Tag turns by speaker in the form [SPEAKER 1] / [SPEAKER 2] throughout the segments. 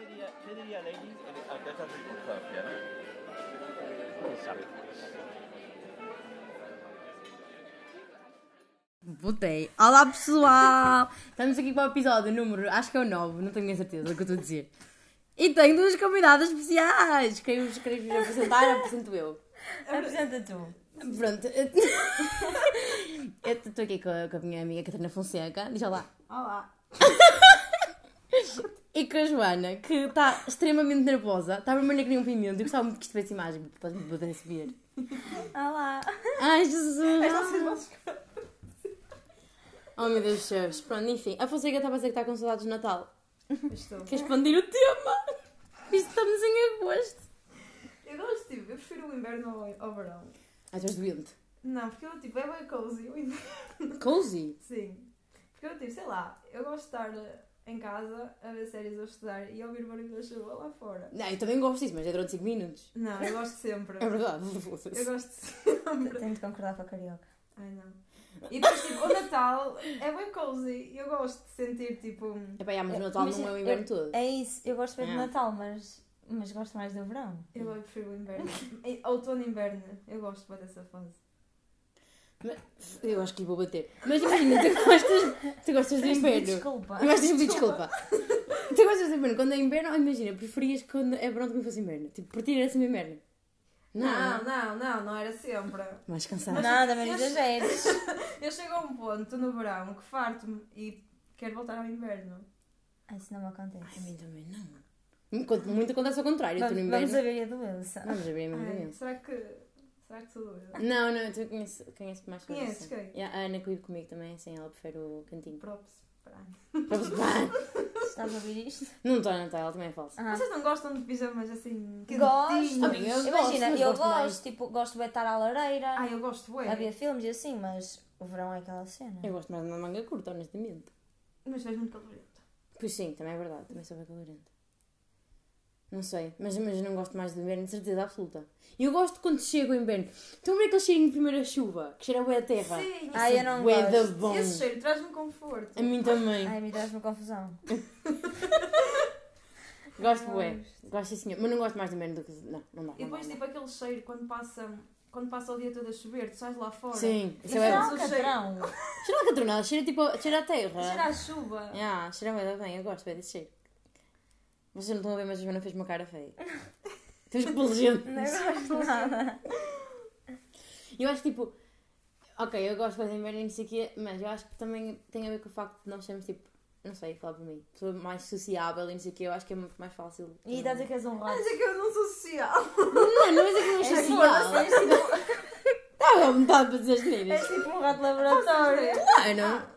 [SPEAKER 1] diria, eu diria ladies, até está tudo com café, né?
[SPEAKER 2] Não sei.
[SPEAKER 3] Botei. Olá pessoal! Estamos aqui para o episódio número, acho que é o 9, não tenho a certeza do que eu estou a dizer. E tenho duas convidadas especiais. Queres vos apresentar? Apresento eu.
[SPEAKER 4] Apresenta tu.
[SPEAKER 3] Pronto. Eu estou aqui com a, com a minha amiga Catarina Fonseca. Diz olá.
[SPEAKER 4] Olá.
[SPEAKER 3] E com a Joana, que está extremamente nervosa. Está vermelha que nem um pimento. Eu gostava muito que isto tivesse imagem para poder receber.
[SPEAKER 4] Olá.
[SPEAKER 3] Ai, Jesus! Oh, meu Deus dos céus. Pronto, enfim. A Fonseca estava a dizer que está com saudades de Natal.
[SPEAKER 4] Estou.
[SPEAKER 3] Queres expandir o tema? Isto estamos em agosto.
[SPEAKER 4] Eu gosto, tipo, eu prefiro o inverno ao, ao verão.
[SPEAKER 3] Ah, estás doente.
[SPEAKER 4] Não, porque eu, tipo, é bem cozy o inverno.
[SPEAKER 3] Cozy.
[SPEAKER 4] Sim. Porque eu, tipo, sei lá, eu gosto de estar eh, em casa a ver séries ou estudar e ouvir o barulho da chuva lá fora.
[SPEAKER 3] Não, eu também gosto disso, mas é durante 5 minutos.
[SPEAKER 4] Não, eu gosto sempre.
[SPEAKER 3] É verdade.
[SPEAKER 4] Eu gosto sempre.
[SPEAKER 5] Tenho de concordar com a carioca.
[SPEAKER 4] Ai, não. E depois, tipo, o Natal é bem cozy. Eu gosto de sentir, tipo... um-
[SPEAKER 3] Epá, já, mas o Natal
[SPEAKER 5] Mas
[SPEAKER 3] não é o
[SPEAKER 5] eu-
[SPEAKER 3] inverno todo.
[SPEAKER 5] É isso, eu gosto bem
[SPEAKER 3] É.
[SPEAKER 5] do Natal, mas, mas gosto mais do verão.
[SPEAKER 4] Eu bem prefiro o inverno. E- Outono e inverno. Eu gosto bem dessa fase.
[SPEAKER 3] Eu acho que lhe vou bater. Mas imagina, tu gostas, tu gostas de
[SPEAKER 5] Tens de pedir
[SPEAKER 3] inverno.
[SPEAKER 5] Desculpa.
[SPEAKER 3] Mas tens de pedir desculpa. Tu gostas de inverno quando é inverno ou imagina, preferias que quando é verão também fosse inverno? Tipo, partir essa minha merda. Não.
[SPEAKER 4] não, não, não, não era sempre.
[SPEAKER 3] Mais cansado.
[SPEAKER 5] Nada, mas
[SPEAKER 4] Eu-
[SPEAKER 5] exageres.
[SPEAKER 4] Eu chego a um ponto no verão que farto-me e quero voltar ao inverno.
[SPEAKER 5] Ah, Isso não me acontece.
[SPEAKER 3] A mim também não. Quando- Muito acontece ao contrário. Eu estou
[SPEAKER 5] Vamos,
[SPEAKER 3] no
[SPEAKER 5] vamos
[SPEAKER 3] inverno.
[SPEAKER 5] a ver a doença.
[SPEAKER 3] Vamos abrir a minha
[SPEAKER 4] Ai,
[SPEAKER 3] doença.
[SPEAKER 4] será que. Será que tudo eu?
[SPEAKER 3] é Não, não, tu conheço, conheço mais coisas.
[SPEAKER 4] Conheces
[SPEAKER 3] assim.
[SPEAKER 4] quem?
[SPEAKER 3] Yeah, a Ana que vive comigo também, assim, ela prefere o cantinho.
[SPEAKER 4] Props. para a Ana.
[SPEAKER 5] Estás a ouvir isto?
[SPEAKER 3] não estou, não estou, ela também é falsa.
[SPEAKER 5] Ah.
[SPEAKER 4] Vocês não gostam de pijamas assim?
[SPEAKER 5] Gosto.
[SPEAKER 3] Amiga, eu
[SPEAKER 4] quentinhos?
[SPEAKER 5] Imagina,
[SPEAKER 3] gosto, mas
[SPEAKER 5] eu
[SPEAKER 3] gosto mais.
[SPEAKER 5] gosto, tipo, gosto de estar à lareira,
[SPEAKER 4] Ah, eu gosto, ué.
[SPEAKER 5] a ver filmes e assim, mas o verão é aquela cena.
[SPEAKER 3] Eu gosto mais de uma manga curta, honestamente.
[SPEAKER 4] Mas fez muito calorento.
[SPEAKER 3] Pois sim, também é verdade, também sou bem calorenta. Não sei, mas, mas eu não gosto mais do inverno, de certeza absoluta. E eu gosto quando chego ao inverno. Então, é Estão a ver aquele cheirinho de primeira chuva, que cheira bué a terra?
[SPEAKER 4] Sim,
[SPEAKER 5] Ah, eu não
[SPEAKER 3] Bué da
[SPEAKER 5] gosto.
[SPEAKER 3] é bom. É
[SPEAKER 4] esse cheiro traz-me conforto.
[SPEAKER 3] A mim também.
[SPEAKER 5] Ai, me traz-me confusão.
[SPEAKER 3] gosto bué. Gosto sim, senhor. Mas não gosto mais do inverno do que... Não, não dá.
[SPEAKER 4] E depois,
[SPEAKER 3] não dá,
[SPEAKER 4] tipo, aquele cheiro quando passa, quando passa o dia todo a né? Então chover, tu sais lá fora.
[SPEAKER 3] não. Sim,
[SPEAKER 4] E
[SPEAKER 3] isso é
[SPEAKER 4] será?
[SPEAKER 3] bom.
[SPEAKER 4] o
[SPEAKER 5] Verão,
[SPEAKER 4] cheiro.
[SPEAKER 5] catrão.
[SPEAKER 3] Cheira a catronada, cheira tipo, a- cheira a terra.
[SPEAKER 4] Cheira a chuva.
[SPEAKER 3] Ah, cheira bem, bem, eu gosto bem desse cheiro. Vocês não estão a ver, mas a Joana fez uma cara feia. Temos inteligente.
[SPEAKER 5] Não gosto de nada.
[SPEAKER 3] Eu acho que tipo, ok, eu gosto de fazer inverno e não sei o quê, mas eu acho que também tem a ver com o facto de nós sermos tipo, não sei, falar para mim, pessoa mais sociável e não sei o quê, eu acho que é muito mais fácil.
[SPEAKER 5] E estás a dizer que és um
[SPEAKER 4] Ah,
[SPEAKER 5] rato.
[SPEAKER 4] Mas é que eu não sou social.
[SPEAKER 3] Não, não és assim aqui mais
[SPEAKER 5] És tipo,
[SPEAKER 3] social.
[SPEAKER 5] és tipo-
[SPEAKER 3] Estava à vontade para dizer as neiras.
[SPEAKER 5] és tipo um rato de laboratório.
[SPEAKER 3] Claro!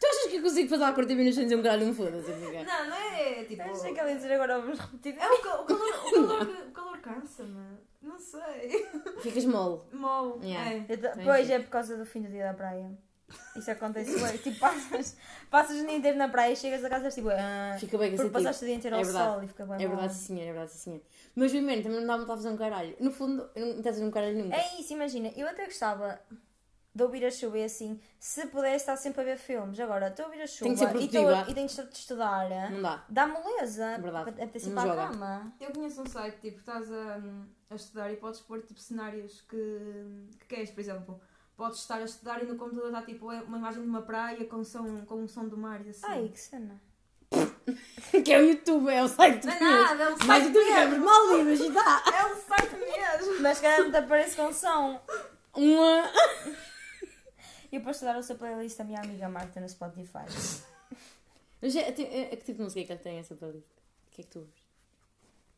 [SPEAKER 3] Tu achas que eu consigo fazer a corta minutos sem dizer um caralho, não foda-se, amiga?
[SPEAKER 4] Não, não é tipo.
[SPEAKER 5] Não sei o que ela ia dizer agora, vamos repetir.
[SPEAKER 3] um
[SPEAKER 4] É o calor, o calor, o calor, o calor cansa-me. Não sei.
[SPEAKER 3] Ficas mole.
[SPEAKER 4] Mol.
[SPEAKER 3] Yeah.
[SPEAKER 4] É.
[SPEAKER 5] Eu ta-
[SPEAKER 3] Sim,
[SPEAKER 5] Pois
[SPEAKER 3] sim.
[SPEAKER 5] é por causa do fim do dia da praia. Isso acontece bem. Tipo, passas, passas o dia inteiro na praia e chegas a casa e és tipo. Ah,
[SPEAKER 3] Fica bem
[SPEAKER 5] porque
[SPEAKER 3] cansativo.
[SPEAKER 5] passaste o dia inteiro
[SPEAKER 3] É
[SPEAKER 5] ao
[SPEAKER 3] verdade.
[SPEAKER 5] sol e fica bem
[SPEAKER 3] É
[SPEAKER 5] mal.
[SPEAKER 3] verdade, sim, senhor, é verdade, sim, senhor. Mas o inverno também não dá vontade de fazer um caralho. No fundo, não estás a fazer um caralho nunca.
[SPEAKER 5] É isso, imagina. Eu até gostava de ouvir a chuva e assim, se pudesse estar sempre a ver filmes. Agora, estou a ouvir a chuva
[SPEAKER 3] Tenho que ser
[SPEAKER 5] e, estou a-
[SPEAKER 3] produtiva.
[SPEAKER 5] e tenho de estudar. eh,
[SPEAKER 3] Não dá.
[SPEAKER 5] Dá moleza.
[SPEAKER 3] É Verdade.
[SPEAKER 5] para- Apetece ir
[SPEAKER 3] Não
[SPEAKER 5] para a
[SPEAKER 3] joga.
[SPEAKER 5] cama.
[SPEAKER 4] Eu conheço um site, tipo, estás a, a estudar e podes pôr tipo cenários que, que queres, por exemplo. Podes estar a estudar e no computador está tipo uma imagem de uma praia com som, com um som do mar e assim.
[SPEAKER 5] Ai, que cena.
[SPEAKER 3] que é o YouTube, é o site
[SPEAKER 4] não
[SPEAKER 3] que
[SPEAKER 4] é nada, é um
[SPEAKER 3] Mais
[SPEAKER 4] site
[SPEAKER 3] o YouTube é
[SPEAKER 4] mesmo.
[SPEAKER 3] mal livros e dá.
[SPEAKER 4] É um site mesmo.
[SPEAKER 5] Mas se calhar não te aparece com som.
[SPEAKER 3] Uma.
[SPEAKER 5] Eu posso dar o seu playlist à minha amiga Marta no Spotify.
[SPEAKER 3] Mas é, é, é que tipo de música é que ela tem essa playlist? O que é que tu ouves?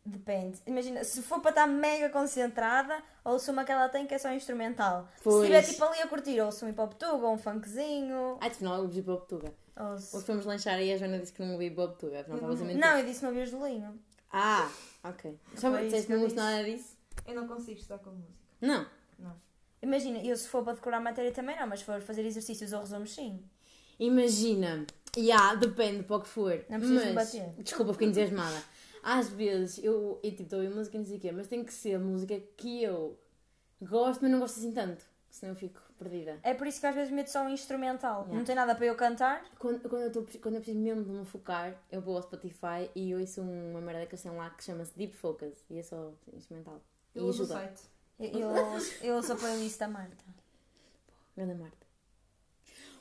[SPEAKER 5] Depende. Imagina, se for para estar mega concentrada, ouço uma que ela tem que é só instrumental.
[SPEAKER 3] Pois.
[SPEAKER 5] Se estiver tipo ali a curtir, ouço um hip hop tubo, ou um funkzinho.
[SPEAKER 3] Ah, afinal, eu ouvi Bob Tuga.
[SPEAKER 5] Ouço...
[SPEAKER 3] Hoje fomos lanchar e a Joana disse que não ouvi Bob Tuga. Afinal, estavas a mentir.
[SPEAKER 5] Não, eu disse não ouvi o gelinho.
[SPEAKER 3] Ah, ok. Só
[SPEAKER 5] Foi isso
[SPEAKER 3] disseste
[SPEAKER 5] que
[SPEAKER 3] que não
[SPEAKER 5] eu
[SPEAKER 3] ouvi nada disso?
[SPEAKER 4] Eu não consigo estudar com música.
[SPEAKER 3] Não.
[SPEAKER 4] Não.
[SPEAKER 5] Imagina, eu se for para decorar matéria também não, mas se for fazer exercícios ou resumos sim.
[SPEAKER 3] Imagina, yeah, depende para o que for.
[SPEAKER 5] Não precisas
[SPEAKER 3] mas,
[SPEAKER 5] me bater.
[SPEAKER 3] Desculpa, fiquei entusiasmada. Às vezes eu, eu tipo, estou a ouvir música e não sei o quê, mas tem que ser música que eu gosto, mas não gosto assim tanto. Senão eu fico perdida.
[SPEAKER 5] É por isso que às vezes meto só um instrumental.
[SPEAKER 3] Yeah.
[SPEAKER 5] Não tem nada para eu cantar.
[SPEAKER 3] Quando, quando, eu tô, pre- quando eu preciso mesmo de me focar, eu vou ao Spotify e ouço uma merda que eles têm lá que chama-se Deep Focus e é só instrumental.
[SPEAKER 6] Eu
[SPEAKER 3] e
[SPEAKER 6] uso o
[SPEAKER 3] ajuda.
[SPEAKER 6] site.
[SPEAKER 5] Eu, eu, ouço- eu ouço a playlist da Marta.
[SPEAKER 3] Grande Marta.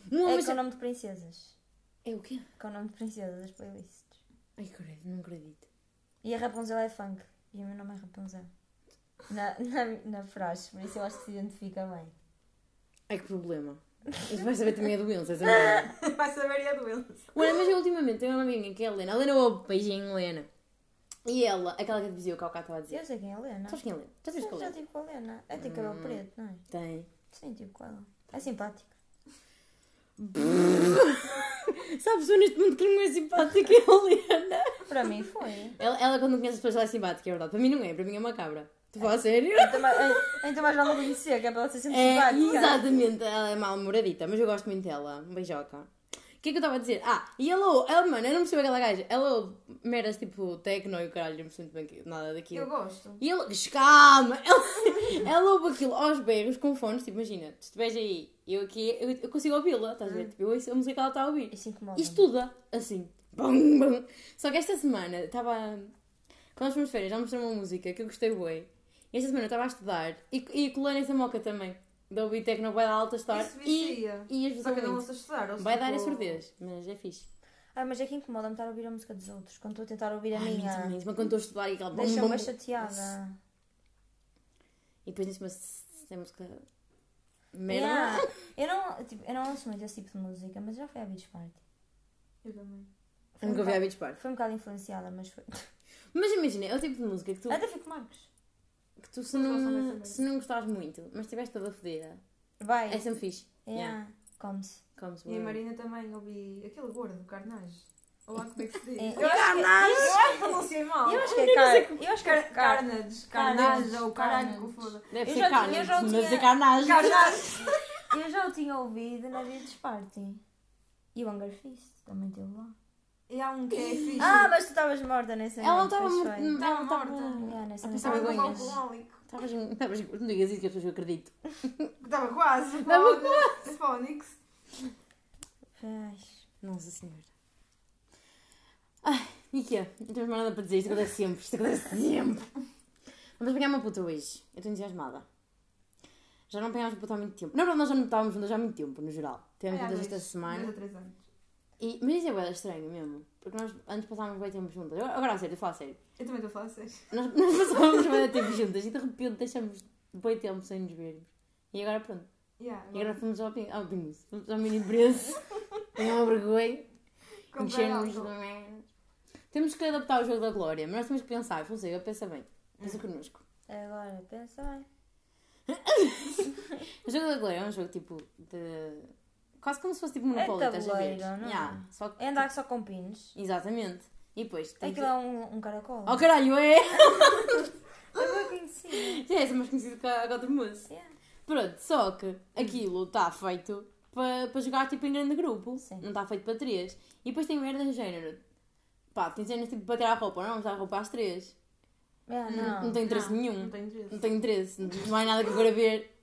[SPEAKER 5] É
[SPEAKER 3] Não, mas...
[SPEAKER 5] com o nome de princesas.
[SPEAKER 3] É o quê?
[SPEAKER 5] Com o nome de princesas, as playlists.
[SPEAKER 3] Ai, credo, não acredito.
[SPEAKER 5] E a Rapunzel é funk. E o meu nome é Rapunzel. Na, na, na frase, por isso eu acho que se identifica bem.
[SPEAKER 3] Ai, que problema. Isso vai saber também a doença, essa merda.
[SPEAKER 6] Vai saber e é doente.
[SPEAKER 3] Olha, mas eu ultimamente tenho uma amiga que é a Helena. A Helena ouve, beijinho, Helena. E ela, aquela que eu te dizia o que o Cá estava a dizer.
[SPEAKER 5] Eu sei quem é a Lena.
[SPEAKER 3] Sabes quem é a Hum. Helena? Já sabes
[SPEAKER 5] Sim,
[SPEAKER 3] qual
[SPEAKER 5] já
[SPEAKER 3] é?
[SPEAKER 5] tive com a Lena. Eu tenho cabelo preto, não é?
[SPEAKER 3] Tem.
[SPEAKER 5] Sim, tive com ela. É simpática.
[SPEAKER 3] Sabes, eu neste mundo que não é simpática é a Helena.
[SPEAKER 5] Para mim foi.
[SPEAKER 3] Ela, ela quando conhece as pessoas, ela é simpática, é verdade. Para mim não é, para mim é uma cabra. Tu falas a sério?
[SPEAKER 5] Então, ma- eh, então mais vale não conhecer, que é para ela ser sempre
[SPEAKER 3] É,
[SPEAKER 5] simpática.
[SPEAKER 3] exatamente, ela é mal-humoradita, mas eu gosto muito dela. Um beijoca. O que é que eu estava a dizer? Ah, e ela, ouve- ela, mano, eu não percebo aquela gaja. Ela ouve meras tipo tecno e o caralho, eu não percebo muito bem nada daquilo.
[SPEAKER 6] Eu gosto.
[SPEAKER 3] E ele, calma, ela, ela ouve aquilo aos berros com fones, tipo, imagina, tu estiveres aí, eu aqui, eu, eu consigo ouvi-la, estás a
[SPEAKER 6] Ah.
[SPEAKER 3] ver? Tipo, eu ouço a música que ela está a ouvir.
[SPEAKER 5] Isso
[SPEAKER 6] é
[SPEAKER 5] incomoda.
[SPEAKER 3] E estuda, assim, bum, bum. Só que esta semana estava. Quando nós fomos de férias, ela mostrou uma música que eu gostei bué. E esta semana eu estava a estudar e, e colei nessa moca também. Da ouvir Tecno vai dar alta estar
[SPEAKER 6] Isso
[SPEAKER 3] e,
[SPEAKER 6] vicia.
[SPEAKER 3] e as
[SPEAKER 6] Só que
[SPEAKER 3] pessoas.
[SPEAKER 6] eu não
[SPEAKER 3] muito.
[SPEAKER 6] ouço a estudar. ouço
[SPEAKER 3] Vai dar a
[SPEAKER 6] tipo-
[SPEAKER 3] surdez, mas é fixe.
[SPEAKER 5] Ah, mas é que incomoda-me estar a ouvir a música dos outros. Quando estou a tentar ouvir a
[SPEAKER 3] Ai,
[SPEAKER 5] minha.
[SPEAKER 3] muito bem, mas é quando estou a estudar e aquela bum, bum,
[SPEAKER 5] Deixa-me
[SPEAKER 3] bum.
[SPEAKER 5] chateada.
[SPEAKER 3] E depois nesse uma música. Merda. é?
[SPEAKER 5] Yeah. Eu, não, tipo, eu não ouço muito esse tipo de música, mas já fui à Beach Party.
[SPEAKER 6] Eu também.
[SPEAKER 5] Foi um
[SPEAKER 3] Nunca vi a
[SPEAKER 5] bocado-
[SPEAKER 3] Beach Party.
[SPEAKER 5] Foi um bocado influenciada, mas foi.
[SPEAKER 3] Mas imagina, é o tipo de música que tu,
[SPEAKER 5] Até fico Marcos.
[SPEAKER 3] que tu se,
[SPEAKER 6] Não gosto dessa
[SPEAKER 3] não,
[SPEAKER 6] merda.
[SPEAKER 3] se não gostares muito, mas estiveres toda fodida,
[SPEAKER 5] Vai.
[SPEAKER 3] é sempre fixe. Yeah.
[SPEAKER 5] Yeah. Come-se.
[SPEAKER 3] Comes
[SPEAKER 6] E a
[SPEAKER 3] bem.
[SPEAKER 6] Marina também ouvi aquele gordo, carnage. Olá, como é que se diz?
[SPEAKER 5] É.
[SPEAKER 6] Eu acho que- Eu acho que pronunciei mal.
[SPEAKER 5] Eu acho que é car... Eu acho que é
[SPEAKER 6] Car-
[SPEAKER 5] car...
[SPEAKER 6] Carnage. Carnage ou caralho,
[SPEAKER 5] Carnage.
[SPEAKER 6] que foda.
[SPEAKER 3] Deve
[SPEAKER 5] Eu
[SPEAKER 3] ser
[SPEAKER 5] já tinha-
[SPEAKER 3] carne,
[SPEAKER 5] eu já o
[SPEAKER 3] mas
[SPEAKER 5] tinha-
[SPEAKER 3] é carnage.
[SPEAKER 6] Carnage.
[SPEAKER 5] Eu já o tinha ouvido na Beach Party. E o Hunger Fist também teve lá.
[SPEAKER 6] E há um que é fixe.
[SPEAKER 5] Ah, mas tu estavas morta nessa
[SPEAKER 3] Ela não
[SPEAKER 5] noite,
[SPEAKER 3] estava
[SPEAKER 5] pois
[SPEAKER 3] muito.
[SPEAKER 5] foi.
[SPEAKER 6] Estava
[SPEAKER 3] Ela estava
[SPEAKER 6] morta.
[SPEAKER 5] Yeah, nessa
[SPEAKER 3] Ah,
[SPEAKER 5] noite.
[SPEAKER 6] Estava
[SPEAKER 3] pensava
[SPEAKER 5] estava
[SPEAKER 6] com
[SPEAKER 3] vergonha.
[SPEAKER 5] morta.
[SPEAKER 6] alcoólico.
[SPEAKER 3] Estavas. Estavas. Não digas isso que as pessoas acreditam.
[SPEAKER 6] Estava quase.
[SPEAKER 3] Estava
[SPEAKER 6] foda. Fónix.
[SPEAKER 5] Ai,
[SPEAKER 3] Nossa senhora. Ai, e que é? Não temos mais nada para dizer. Isto acontece sempre. Isto acontece sempre. Vamos pegar uma puta hoje. Eu estou entusiasmada. Já não pegámos puta há muito tempo. Na verdade, nós já não estávamos juntas há muito tempo, no geral. Tivemos
[SPEAKER 6] Ai, há
[SPEAKER 3] juntas
[SPEAKER 6] É, dois-
[SPEAKER 3] esta semana.
[SPEAKER 6] dois ou três anos.
[SPEAKER 3] E, mas isso é bué estranho mesmo. Porque nós antes passávamos bem tempo juntas. Agora, agora a sério, eu falo a sério.
[SPEAKER 6] Eu também estou a falar sério.
[SPEAKER 3] Nós, nós passávamos bem tempo juntas e de repente deixámos bem tempo sem nos vermos. E agora pronto.
[SPEAKER 6] Yeah,
[SPEAKER 3] E agora fomos ao Pingus. Ao Pingus. Fomos ao Mini Preço. Tenho uma vergonha.
[SPEAKER 6] comprei
[SPEAKER 3] Enchermos de
[SPEAKER 6] álcool.
[SPEAKER 3] merda. Temos que adaptar o jogo da Glória, mas nós temos que pensar. Fonseca, pensa bem. Pensa
[SPEAKER 5] Hum.
[SPEAKER 3] connosco.
[SPEAKER 5] agora pensa bem.
[SPEAKER 3] O jogo da Glória é um jogo tipo de. Quase como se fosse tipo Monopoly,
[SPEAKER 5] É
[SPEAKER 3] estás a ver?
[SPEAKER 5] tabuleiro, não é?
[SPEAKER 3] Yeah, só que- tipo,
[SPEAKER 5] É andar só com pinos.
[SPEAKER 3] Exatamente. E depois. temos-
[SPEAKER 5] Aquilo é um, um caracol.
[SPEAKER 3] Oh caralho, é!
[SPEAKER 5] Eu não conheci.
[SPEAKER 3] Já é essa mais conhecida que a God Moose.
[SPEAKER 5] Yeah.
[SPEAKER 3] Pronto, só que aquilo está feito para para jogar tipo em grande grupo.
[SPEAKER 5] Sim.
[SPEAKER 3] Não está feito para três. E depois tem merdas do género. Pá, tem cenas tipo para tirar a roupa. Não, vamos tirar a roupa às três.
[SPEAKER 5] Yeah,
[SPEAKER 3] Não,
[SPEAKER 5] não.
[SPEAKER 3] tem interesse
[SPEAKER 6] Não,
[SPEAKER 3] nenhum.
[SPEAKER 6] Não tenho interesse.
[SPEAKER 3] Não tenho interesse, não tenho mais nada que eu queira ver,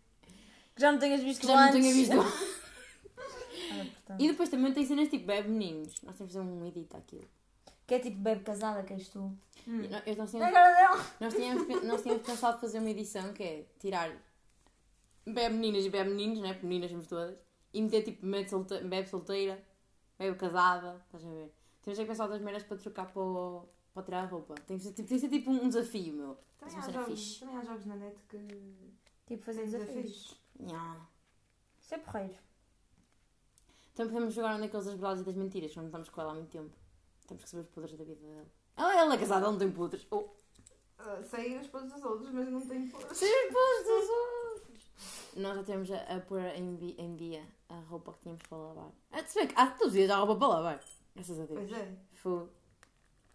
[SPEAKER 5] Já não tenhas visto
[SPEAKER 3] que já não
[SPEAKER 5] antes.
[SPEAKER 3] tenha visto.
[SPEAKER 5] Ah, portanto.
[SPEAKER 3] E depois também tem cenas tipo bebe meninos. Nós temos de fazer um edit àquilo.
[SPEAKER 5] Que é tipo bebe casada que és tu.
[SPEAKER 3] E nós- Nós
[SPEAKER 5] Na
[SPEAKER 3] tínhamos,
[SPEAKER 5] cara dela.
[SPEAKER 3] nós, tínhamos, pe- nós tínhamos pensado fazer uma edição que é tirar bebe meninas e bebe meninos, né? Porque meninas somos todas. E meter tipo bebe solte- bebe solteira, bebe casada, estás a ver? Temos é que pensar outras meras para trocar para, o- para tirar a roupa. Tem que ser tipo, tem que ser, tipo um desafio, meu.
[SPEAKER 6] Também
[SPEAKER 3] Mas
[SPEAKER 6] há,
[SPEAKER 3] era
[SPEAKER 6] jogos,
[SPEAKER 3] fixe. é,
[SPEAKER 6] também há jogos na net que têm
[SPEAKER 5] Tipo fazer desafios.
[SPEAKER 6] desafios.
[SPEAKER 3] Nha.
[SPEAKER 5] Isso é porreiro.
[SPEAKER 3] Então podemos jogar um daqueles das verdades e das mentiras, que não estamos com ela há muito tempo. Temos que saber os podres da vida dela. Ela, ela é casada, ela não tem podres. Oh.
[SPEAKER 6] Ah, sei os pontos dos outros, mas não tenho pontos.
[SPEAKER 3] Nós já temos a, a pôr em, vi- em dia a roupa que tínhamos para lavar. Ah, se bem que há todos os dias há roupa para lavar. Graças a Deus.
[SPEAKER 6] Pois é.
[SPEAKER 3] Foi.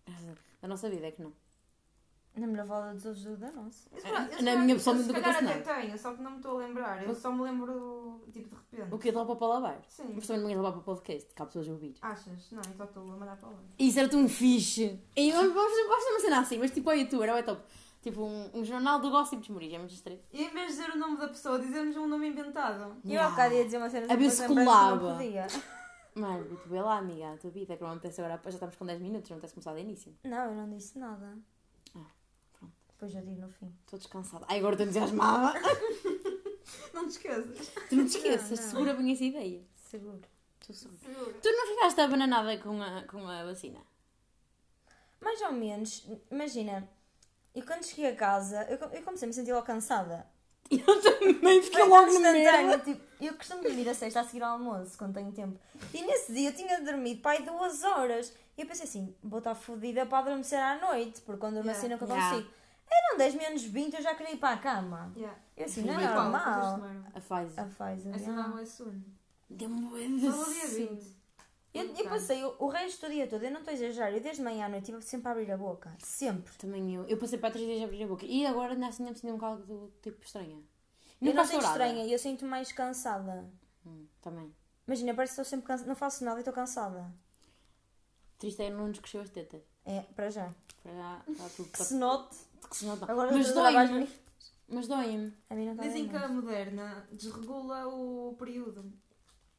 [SPEAKER 3] Graças a- Da nossa vida é que não.
[SPEAKER 5] Na melhor fala dos outros do da nossa.
[SPEAKER 6] Eu se calhar- eu se
[SPEAKER 3] Ah, Na
[SPEAKER 6] calhar-
[SPEAKER 3] minha
[SPEAKER 6] eu
[SPEAKER 3] pessoa
[SPEAKER 6] se
[SPEAKER 3] nunca
[SPEAKER 6] calhar
[SPEAKER 3] acontece
[SPEAKER 6] até tenho, só que não me estou a lembrar. Eu só me lembro, tipo, de repente.
[SPEAKER 3] O que é de roupa para lavar?
[SPEAKER 6] Sim.
[SPEAKER 3] Mas também não é de roupa para podcast, que há pessoas a ouvir.
[SPEAKER 6] Achas? Não, eu só estou a mandar para lá.
[SPEAKER 3] Isso era tão fixe. E vamos vamos- vamos fazer uma cena assim, mas tipo ao YouTube, era o top. Tipo, um, um jornal do gossip de Moris, é muito estranho.
[SPEAKER 6] E em vez de dizer o nome da pessoa, dizemos um nome inventado.
[SPEAKER 5] Eu há bocado ia dizer uma cena
[SPEAKER 3] A ver se
[SPEAKER 5] depois lembrei-me que não
[SPEAKER 3] colava.
[SPEAKER 5] podia.
[SPEAKER 3] Mano, tu vê lá, amiga, a tua vida, é que não acontece agora, já estamos com 10 minutos, não tens começado a início.
[SPEAKER 5] Não, eu não disse nada.
[SPEAKER 3] Ah, pronto.
[SPEAKER 5] Depois eu digo no fim.
[SPEAKER 3] Estou descansada. Ai, agora estou entusiasmada.
[SPEAKER 6] Não te esqueças.
[SPEAKER 3] tu não te esqueças,
[SPEAKER 5] Não, não.
[SPEAKER 3] segura bem essa ideia.
[SPEAKER 5] Seguro.
[SPEAKER 3] Estou segura. Tu não ficaste abananada com a, com a vacina?
[SPEAKER 5] Mais ou menos, imagina, eu quando cheguei a casa, eu, eu comecei a me sentir logo cansada.
[SPEAKER 3] Eu também fiquei
[SPEAKER 5] Foi
[SPEAKER 3] logo no
[SPEAKER 5] instantâneo,
[SPEAKER 3] meio.
[SPEAKER 5] tipo, eu costumo dormir a sexta a seguir ao almoço, quando tenho tempo. E nesse dia eu tinha dormido pai duas horas. E eu pensei assim, vou estar fodida para adormecer à noite, porque quando durmo assim
[SPEAKER 6] Yeah.
[SPEAKER 5] nunca
[SPEAKER 3] Yeah.
[SPEAKER 5] consigo. Eram 10 menos 20, eu já queria ir para a cama.
[SPEAKER 6] Yeah.
[SPEAKER 5] Eu assim, não
[SPEAKER 6] E
[SPEAKER 5] é
[SPEAKER 6] qual?
[SPEAKER 5] normal.
[SPEAKER 6] Vocês tomaram?
[SPEAKER 3] A Pfizer. um
[SPEAKER 5] A Pfizer.
[SPEAKER 3] Assim
[SPEAKER 6] Essa
[SPEAKER 5] yeah.
[SPEAKER 6] não é sono.
[SPEAKER 3] Deu-me
[SPEAKER 6] Só no dia 20.
[SPEAKER 5] Eu, eu passei o, o resto do dia todo, eu não estou a exagerar, eu desde manhã à noite estive sempre a abrir a boca. Sempre.
[SPEAKER 3] Também eu. Eu passei para três dias a abrir a boca. E agora ainda assim não me sinto um caldo do tipo estranha.
[SPEAKER 5] eu não
[SPEAKER 3] faço
[SPEAKER 5] sinto
[SPEAKER 3] dourada.
[SPEAKER 5] estranha, eu sinto mais cansada.
[SPEAKER 3] Hum, também.
[SPEAKER 5] Imagina, parece que estou sempre cansada, não faço nada e estou cansada.
[SPEAKER 3] Triste é não nos cresceu as tetas.
[SPEAKER 5] É, para já.
[SPEAKER 3] Para já está tudo.
[SPEAKER 5] Que se note.
[SPEAKER 3] Que se nota.
[SPEAKER 5] Agora
[SPEAKER 3] Mas
[SPEAKER 5] eu estou a gravar
[SPEAKER 3] dói-me.
[SPEAKER 5] as minhas-
[SPEAKER 3] Mas dói-me.
[SPEAKER 5] A mim não está
[SPEAKER 6] Dizem
[SPEAKER 5] bem.
[SPEAKER 6] que a
[SPEAKER 5] mas-
[SPEAKER 6] moderna desregula o período.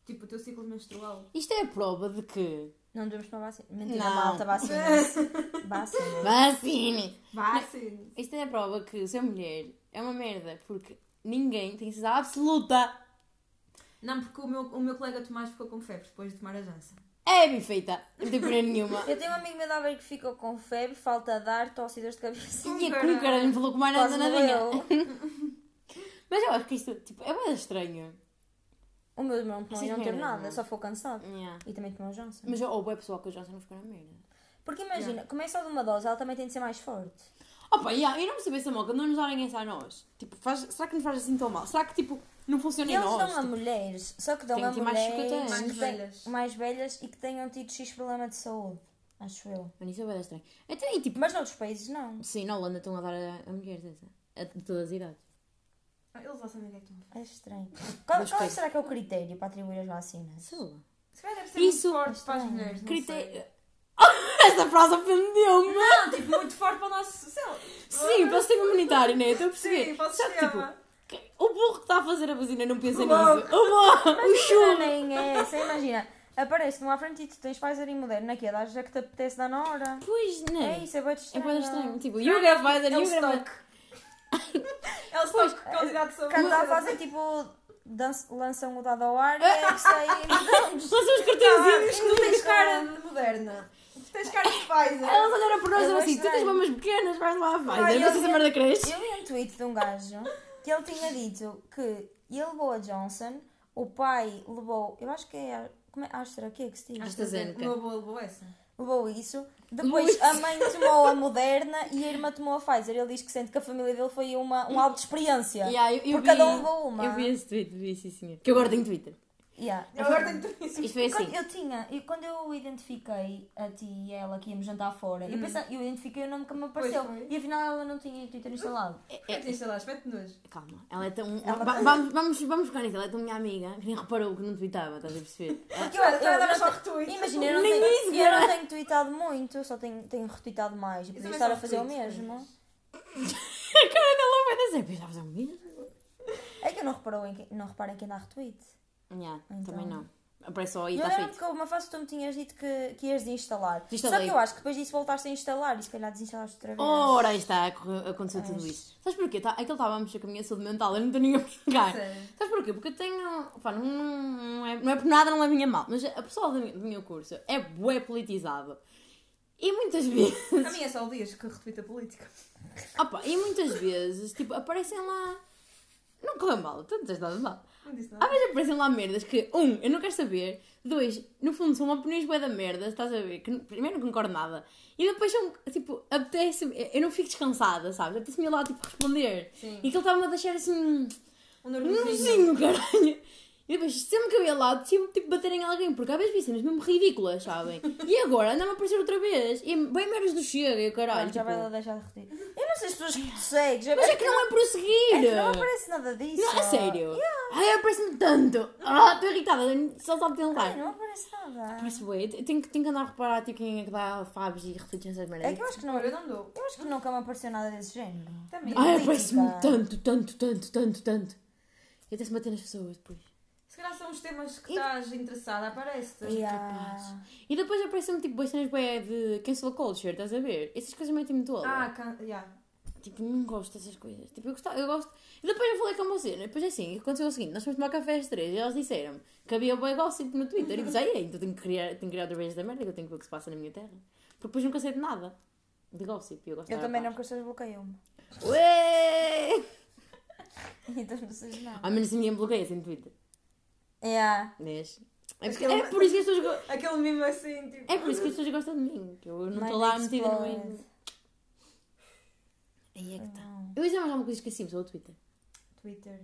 [SPEAKER 6] Tipo, o teu ciclo menstrual.
[SPEAKER 3] Isto é a prova de que.
[SPEAKER 5] Não devemos tomar vacina. Mentira,
[SPEAKER 3] Não.
[SPEAKER 5] malta, vacina. vacina.
[SPEAKER 3] Vacine!
[SPEAKER 6] Vá, sim.
[SPEAKER 3] Isto é a prova que ser mulher é uma merda. Porque ninguém tem certeza absoluta.
[SPEAKER 6] Não, porque o meu, o meu colega Tomás ficou com febre depois de tomar a jança.
[SPEAKER 3] É bem feita. Não tem pena nenhuma.
[SPEAKER 5] Eu tenho um amigo meu da Aveiro que ficou com febre, falta de ar, tosse e dor de cabeça.
[SPEAKER 3] E a Cunca não falou com mais nada
[SPEAKER 5] Quase
[SPEAKER 3] nadinha.
[SPEAKER 5] morreu.
[SPEAKER 3] Mas eu acho que isto tipo, é bem estranho.
[SPEAKER 5] O meu irmão também
[SPEAKER 3] Vocês
[SPEAKER 5] não teve
[SPEAKER 3] morreram,
[SPEAKER 5] nada,
[SPEAKER 3] não?
[SPEAKER 5] só ficou cansado.
[SPEAKER 3] Yeah.
[SPEAKER 5] E também tomou Johnson.
[SPEAKER 3] Mas houve é pessoal que o Johnson não ficou na merda.
[SPEAKER 5] Porque imagina, como é só de uma dose, ela também tem de ser mais forte.
[SPEAKER 3] Opa, yeah, eu não percebo essa moca, não nos darem essa a nós. Tipo, faz, será que nos faz assim tão mal? Será que tipo, não funciona
[SPEAKER 5] E
[SPEAKER 3] em
[SPEAKER 5] eles
[SPEAKER 3] nós?
[SPEAKER 5] dão a
[SPEAKER 3] Tipo,
[SPEAKER 5] mulheres, só que dão
[SPEAKER 3] Tem
[SPEAKER 5] a
[SPEAKER 3] que ter mais de
[SPEAKER 5] mulheres
[SPEAKER 3] 50
[SPEAKER 5] que
[SPEAKER 6] anos.
[SPEAKER 5] têm-
[SPEAKER 6] Mais velhas.
[SPEAKER 5] mais velhas e que tenham tido X problema de saúde. Acho eu.
[SPEAKER 3] Mano, isso é bem estranho. Até e tipo,
[SPEAKER 5] Mas noutros países não.
[SPEAKER 3] sim, na Holanda estão a dar a, a mulheres essa. A, de todas as idades.
[SPEAKER 6] Ah, Eles lá sabem o que é que estão a fazer.
[SPEAKER 5] É estranho. Qual,
[SPEAKER 3] Mas
[SPEAKER 5] qual é
[SPEAKER 3] foi-
[SPEAKER 5] que será que é o critério para atribuir as vacinas?
[SPEAKER 3] Sei lá.
[SPEAKER 6] Se calhar deve ser
[SPEAKER 3] Isso-
[SPEAKER 6] muito forte para as mulheres. Não, sei.
[SPEAKER 3] Crite... essa frase ofendeu-me!
[SPEAKER 6] não, tipo, muito forte para o nosso. Sei lá.
[SPEAKER 3] Sim, para o sistema imunitário, né? Eu Estou a perceber.
[SPEAKER 6] Sim, para o
[SPEAKER 3] Só que, tipo,
[SPEAKER 6] sistema.
[SPEAKER 3] que- o burro que está a fazer a vacina não pensa
[SPEAKER 6] O
[SPEAKER 3] nisso. O burro! O
[SPEAKER 5] Ah, Não,
[SPEAKER 3] chulo!
[SPEAKER 5] nem é essa, imagina. Aparece-te uma à frente e tu tens Pfizer e Moderna aqui a dar já que te apetece dar na hora.
[SPEAKER 3] Pois, não
[SPEAKER 5] É isso, é bem
[SPEAKER 3] É
[SPEAKER 5] estranho.
[SPEAKER 3] bem estranho. Tipo, you get Pfizer,
[SPEAKER 6] É o
[SPEAKER 3] you get
[SPEAKER 6] stock. É o stock com qualidade de saúde.
[SPEAKER 5] Quando a fazem tipo, dan- lançam o dado ao ar e é isso aí.
[SPEAKER 3] Mas são os
[SPEAKER 5] é
[SPEAKER 3] cartãozinhos
[SPEAKER 6] Tu tens cara de moderna. Tu tens cara de
[SPEAKER 5] É,
[SPEAKER 6] Pfizer.
[SPEAKER 3] Elas olharam para nós e disseram
[SPEAKER 5] Eu
[SPEAKER 3] assim: tu
[SPEAKER 5] gostei.
[SPEAKER 3] tens mamas pequenas, vais lá,
[SPEAKER 5] Ai,
[SPEAKER 3] vai. Não sei se a
[SPEAKER 5] eu-
[SPEAKER 3] merda cresce.
[SPEAKER 5] Eu vi um tweet de um gajo que ele tinha dito que ele levou a Johnson, o pai levou, eu acho que é, a- como é Astra, o que é que se diz?
[SPEAKER 3] AstraZeneca.
[SPEAKER 6] Uma boa levou essa.
[SPEAKER 5] Levou isso. Depois a mãe tomou a Moderna e a irmã tomou a Pfizer. Ele diz que sente que a família dele foi uma, um alto de experiência.
[SPEAKER 3] Yeah, eu, eu
[SPEAKER 5] Porque
[SPEAKER 3] vi,
[SPEAKER 5] cada um levou uma.
[SPEAKER 3] Eu vi esse tweet, vi sim, senhor. Que eu agora tenho Twitter.
[SPEAKER 5] Yeah.
[SPEAKER 6] Eu agora tenho tudo isso.
[SPEAKER 3] Isto foi assim.
[SPEAKER 5] Quando eu tinha, eu, quando eu identifiquei a ti e ela que íamos jantar fora, eu, pensava, eu identifiquei o nome que me apareceu
[SPEAKER 6] Hum. Pois foi.
[SPEAKER 5] e afinal ela não tinha Twitter instalado.
[SPEAKER 3] É- é-
[SPEAKER 6] Artista lá, aspecto-nos.
[SPEAKER 3] calma, ela é tão. va- vamos, vamos, vamos ficar nisso, ela é tão minha amiga que nem reparou que não tweetava, estás a perceber?
[SPEAKER 5] Porque
[SPEAKER 6] Eu dava só
[SPEAKER 5] É. não
[SPEAKER 6] retweet.
[SPEAKER 5] tenho- imagina, eu não,
[SPEAKER 3] Nem
[SPEAKER 5] tenho,
[SPEAKER 3] isso,
[SPEAKER 5] eu não
[SPEAKER 3] cara.
[SPEAKER 5] tenho tweetado muito, eu só tenho, tenho retweetado mais. Eu podia
[SPEAKER 6] também
[SPEAKER 5] estar
[SPEAKER 6] só
[SPEAKER 5] a fazer o
[SPEAKER 6] retweet,
[SPEAKER 5] mesmo.
[SPEAKER 3] A cara dela vai dizer: pois já fazer um mesmo?
[SPEAKER 5] É que eu não reparo em quem, não reparo em quem dá retweet.
[SPEAKER 3] Yeah,
[SPEAKER 5] Então.
[SPEAKER 3] Também não. Aparece só aí,
[SPEAKER 5] E eu
[SPEAKER 3] está
[SPEAKER 5] lembro
[SPEAKER 3] tá feito.
[SPEAKER 5] que houve uma fase que tu me tinhas dito que, que ias desinstalar. Só
[SPEAKER 3] Desinstalei.
[SPEAKER 5] que eu acho que depois disso voltaste a instalar e se calhar desinstalaste outra vez.
[SPEAKER 3] Ora, aí está, acorre- aconteceu
[SPEAKER 5] Mas-
[SPEAKER 3] tudo isto. Sabes porquê? Tá, aquele estava a mexer com a minha saúde mental, eu não tenho ninguém a brincar.
[SPEAKER 6] Sério?
[SPEAKER 3] Sabes porquê? Porque eu tenho. Pá, não, não, é, não é por nada, não é minha mal, mas a pessoa do, meu- do meu curso é bué politizada. E muitas vezes.
[SPEAKER 6] A minha é só o Dias que retweet a política.
[SPEAKER 3] Opa, e muitas vezes, tipo, aparecem lá. Não correu mal, tu não tens nada de mal.
[SPEAKER 6] Não disse
[SPEAKER 3] Às
[SPEAKER 6] nada.
[SPEAKER 3] vezes aparecem lá merdas que, um, eu não quero saber, dois, no fundo são opiniões bué da merda, estás a ver? Que n- primeiro não concordo nada, e depois são, tipo, apetece eu não fico descansada, sabes? Apetece-me ir lá, tipo, responder.
[SPEAKER 6] Sim.
[SPEAKER 3] E aquilo estava-me a deixar assim,
[SPEAKER 6] Um
[SPEAKER 3] um
[SPEAKER 6] nervosinho.
[SPEAKER 3] nozinho, caralho. E depois, sempre que eu ia lá, tinha tipo bater em alguém, porque às vezes vi cenas mesmo ridículas, sabem? E agora anda-me a aparecer outra vez. E bem meros do Chega e o
[SPEAKER 5] Ah,
[SPEAKER 3] caralho.
[SPEAKER 5] já
[SPEAKER 3] tipo,
[SPEAKER 5] vai lá deixar de repetir. Eu não sei as pessoas que tu segues.
[SPEAKER 3] Mas é que não é prosseguir!
[SPEAKER 5] não é aparece nada disso.
[SPEAKER 3] Não, a sério? Ai, aparece-me tanto! Ah, estou irritada, só sabe ter
[SPEAKER 5] Ai,
[SPEAKER 3] lá.
[SPEAKER 5] É, não aparece nada.
[SPEAKER 3] Parece bué, eu tenho que, tenho que andar a reparar tipo, quem é que dá Fabs e refletir essas merdas.
[SPEAKER 5] É que eu acho que não.
[SPEAKER 6] Olha, eu
[SPEAKER 5] Eu
[SPEAKER 6] não dou.
[SPEAKER 5] acho que nunca me apareceu nada desse género.
[SPEAKER 6] Também.
[SPEAKER 5] Ah,
[SPEAKER 3] Ai,
[SPEAKER 5] política.
[SPEAKER 3] aparece-me tanto, tanto, tanto, tanto, tanto. E até se bater nas pessoas depois.
[SPEAKER 6] Se calhar são os temas que estás interessada, aparece-te.
[SPEAKER 5] é? Yeah.
[SPEAKER 3] E depois aparece-me tipo boas cenas bué de cancel culture, estás a ver? Essas coisas metem-me toda.
[SPEAKER 6] Ah, can... yeah.
[SPEAKER 3] Tipo, não gosto dessas coisas. Tipo, eu, gostava, eu gosto. E depois eu falei com você. né? Depois assim, aconteceu o seguinte: nós fomos tomar café às três e elas disseram que havia boa gossip no Twitter. E disse, ai, ai, então tenho que, criar, tenho que criar outra vez da merda que eu tenho que ver o que se passa na minha terra. Porque depois nunca sei de nada de gossip. E eu gosto de estar
[SPEAKER 5] Eu
[SPEAKER 3] a
[SPEAKER 5] também
[SPEAKER 3] par.
[SPEAKER 5] não, porque as pessoas bloqueiam-me.
[SPEAKER 3] Ué!
[SPEAKER 5] Então não sei nada.
[SPEAKER 3] Ao menos ninguém bloqueia assim no Twitter.
[SPEAKER 5] Yeah.
[SPEAKER 3] Mas. É,
[SPEAKER 6] Mas
[SPEAKER 3] porque-
[SPEAKER 6] que é
[SPEAKER 3] é
[SPEAKER 6] uma-
[SPEAKER 3] por isso que as pessoas. go-
[SPEAKER 6] Aquele mimo assim, tipo.
[SPEAKER 3] É por isso que as pessoas gostam de mim. Que eu não estou
[SPEAKER 5] Mind
[SPEAKER 3] lá metida no
[SPEAKER 5] explode.
[SPEAKER 3] meio. Aí é que está.
[SPEAKER 6] Ah.
[SPEAKER 3] Eu ia dizer mais alguma coisa que esqueci-me sobre o Twitter.
[SPEAKER 6] Twitter.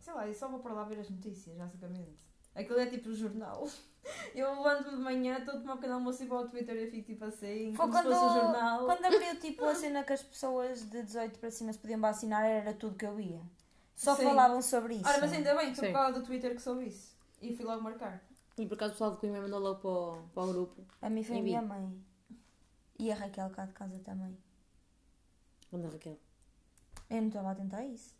[SPEAKER 6] Sei lá, eu só vou para lá ver as notícias, basicamente. Aquilo é tipo jornal. Eu levanto-me de manhã, estou a tomar um pequeno almoço e vou ao Twitter e eu fico tipo assim,
[SPEAKER 5] Foi
[SPEAKER 6] como se
[SPEAKER 5] quando,
[SPEAKER 6] fosse um jornal.
[SPEAKER 5] quando abriu tipo a cena que as pessoas de 18 para cima se podiam vacinar, era tudo que eu via. Só
[SPEAKER 6] Sim.
[SPEAKER 5] falavam sobre isso.
[SPEAKER 6] Ora, mas ainda bem que foi
[SPEAKER 3] Sim.
[SPEAKER 6] por causa do Twitter que soube isso. E fui logo marcar.
[SPEAKER 3] E por acaso o pessoal de Coimbra mandou logo para o, para o grupo.
[SPEAKER 5] A mim foi
[SPEAKER 3] E
[SPEAKER 5] a
[SPEAKER 3] vi.
[SPEAKER 5] minha mãe. E a Raquel cá de casa também.
[SPEAKER 3] Manda
[SPEAKER 6] é,
[SPEAKER 3] Raquel.
[SPEAKER 5] Eu não estava atenta a isso.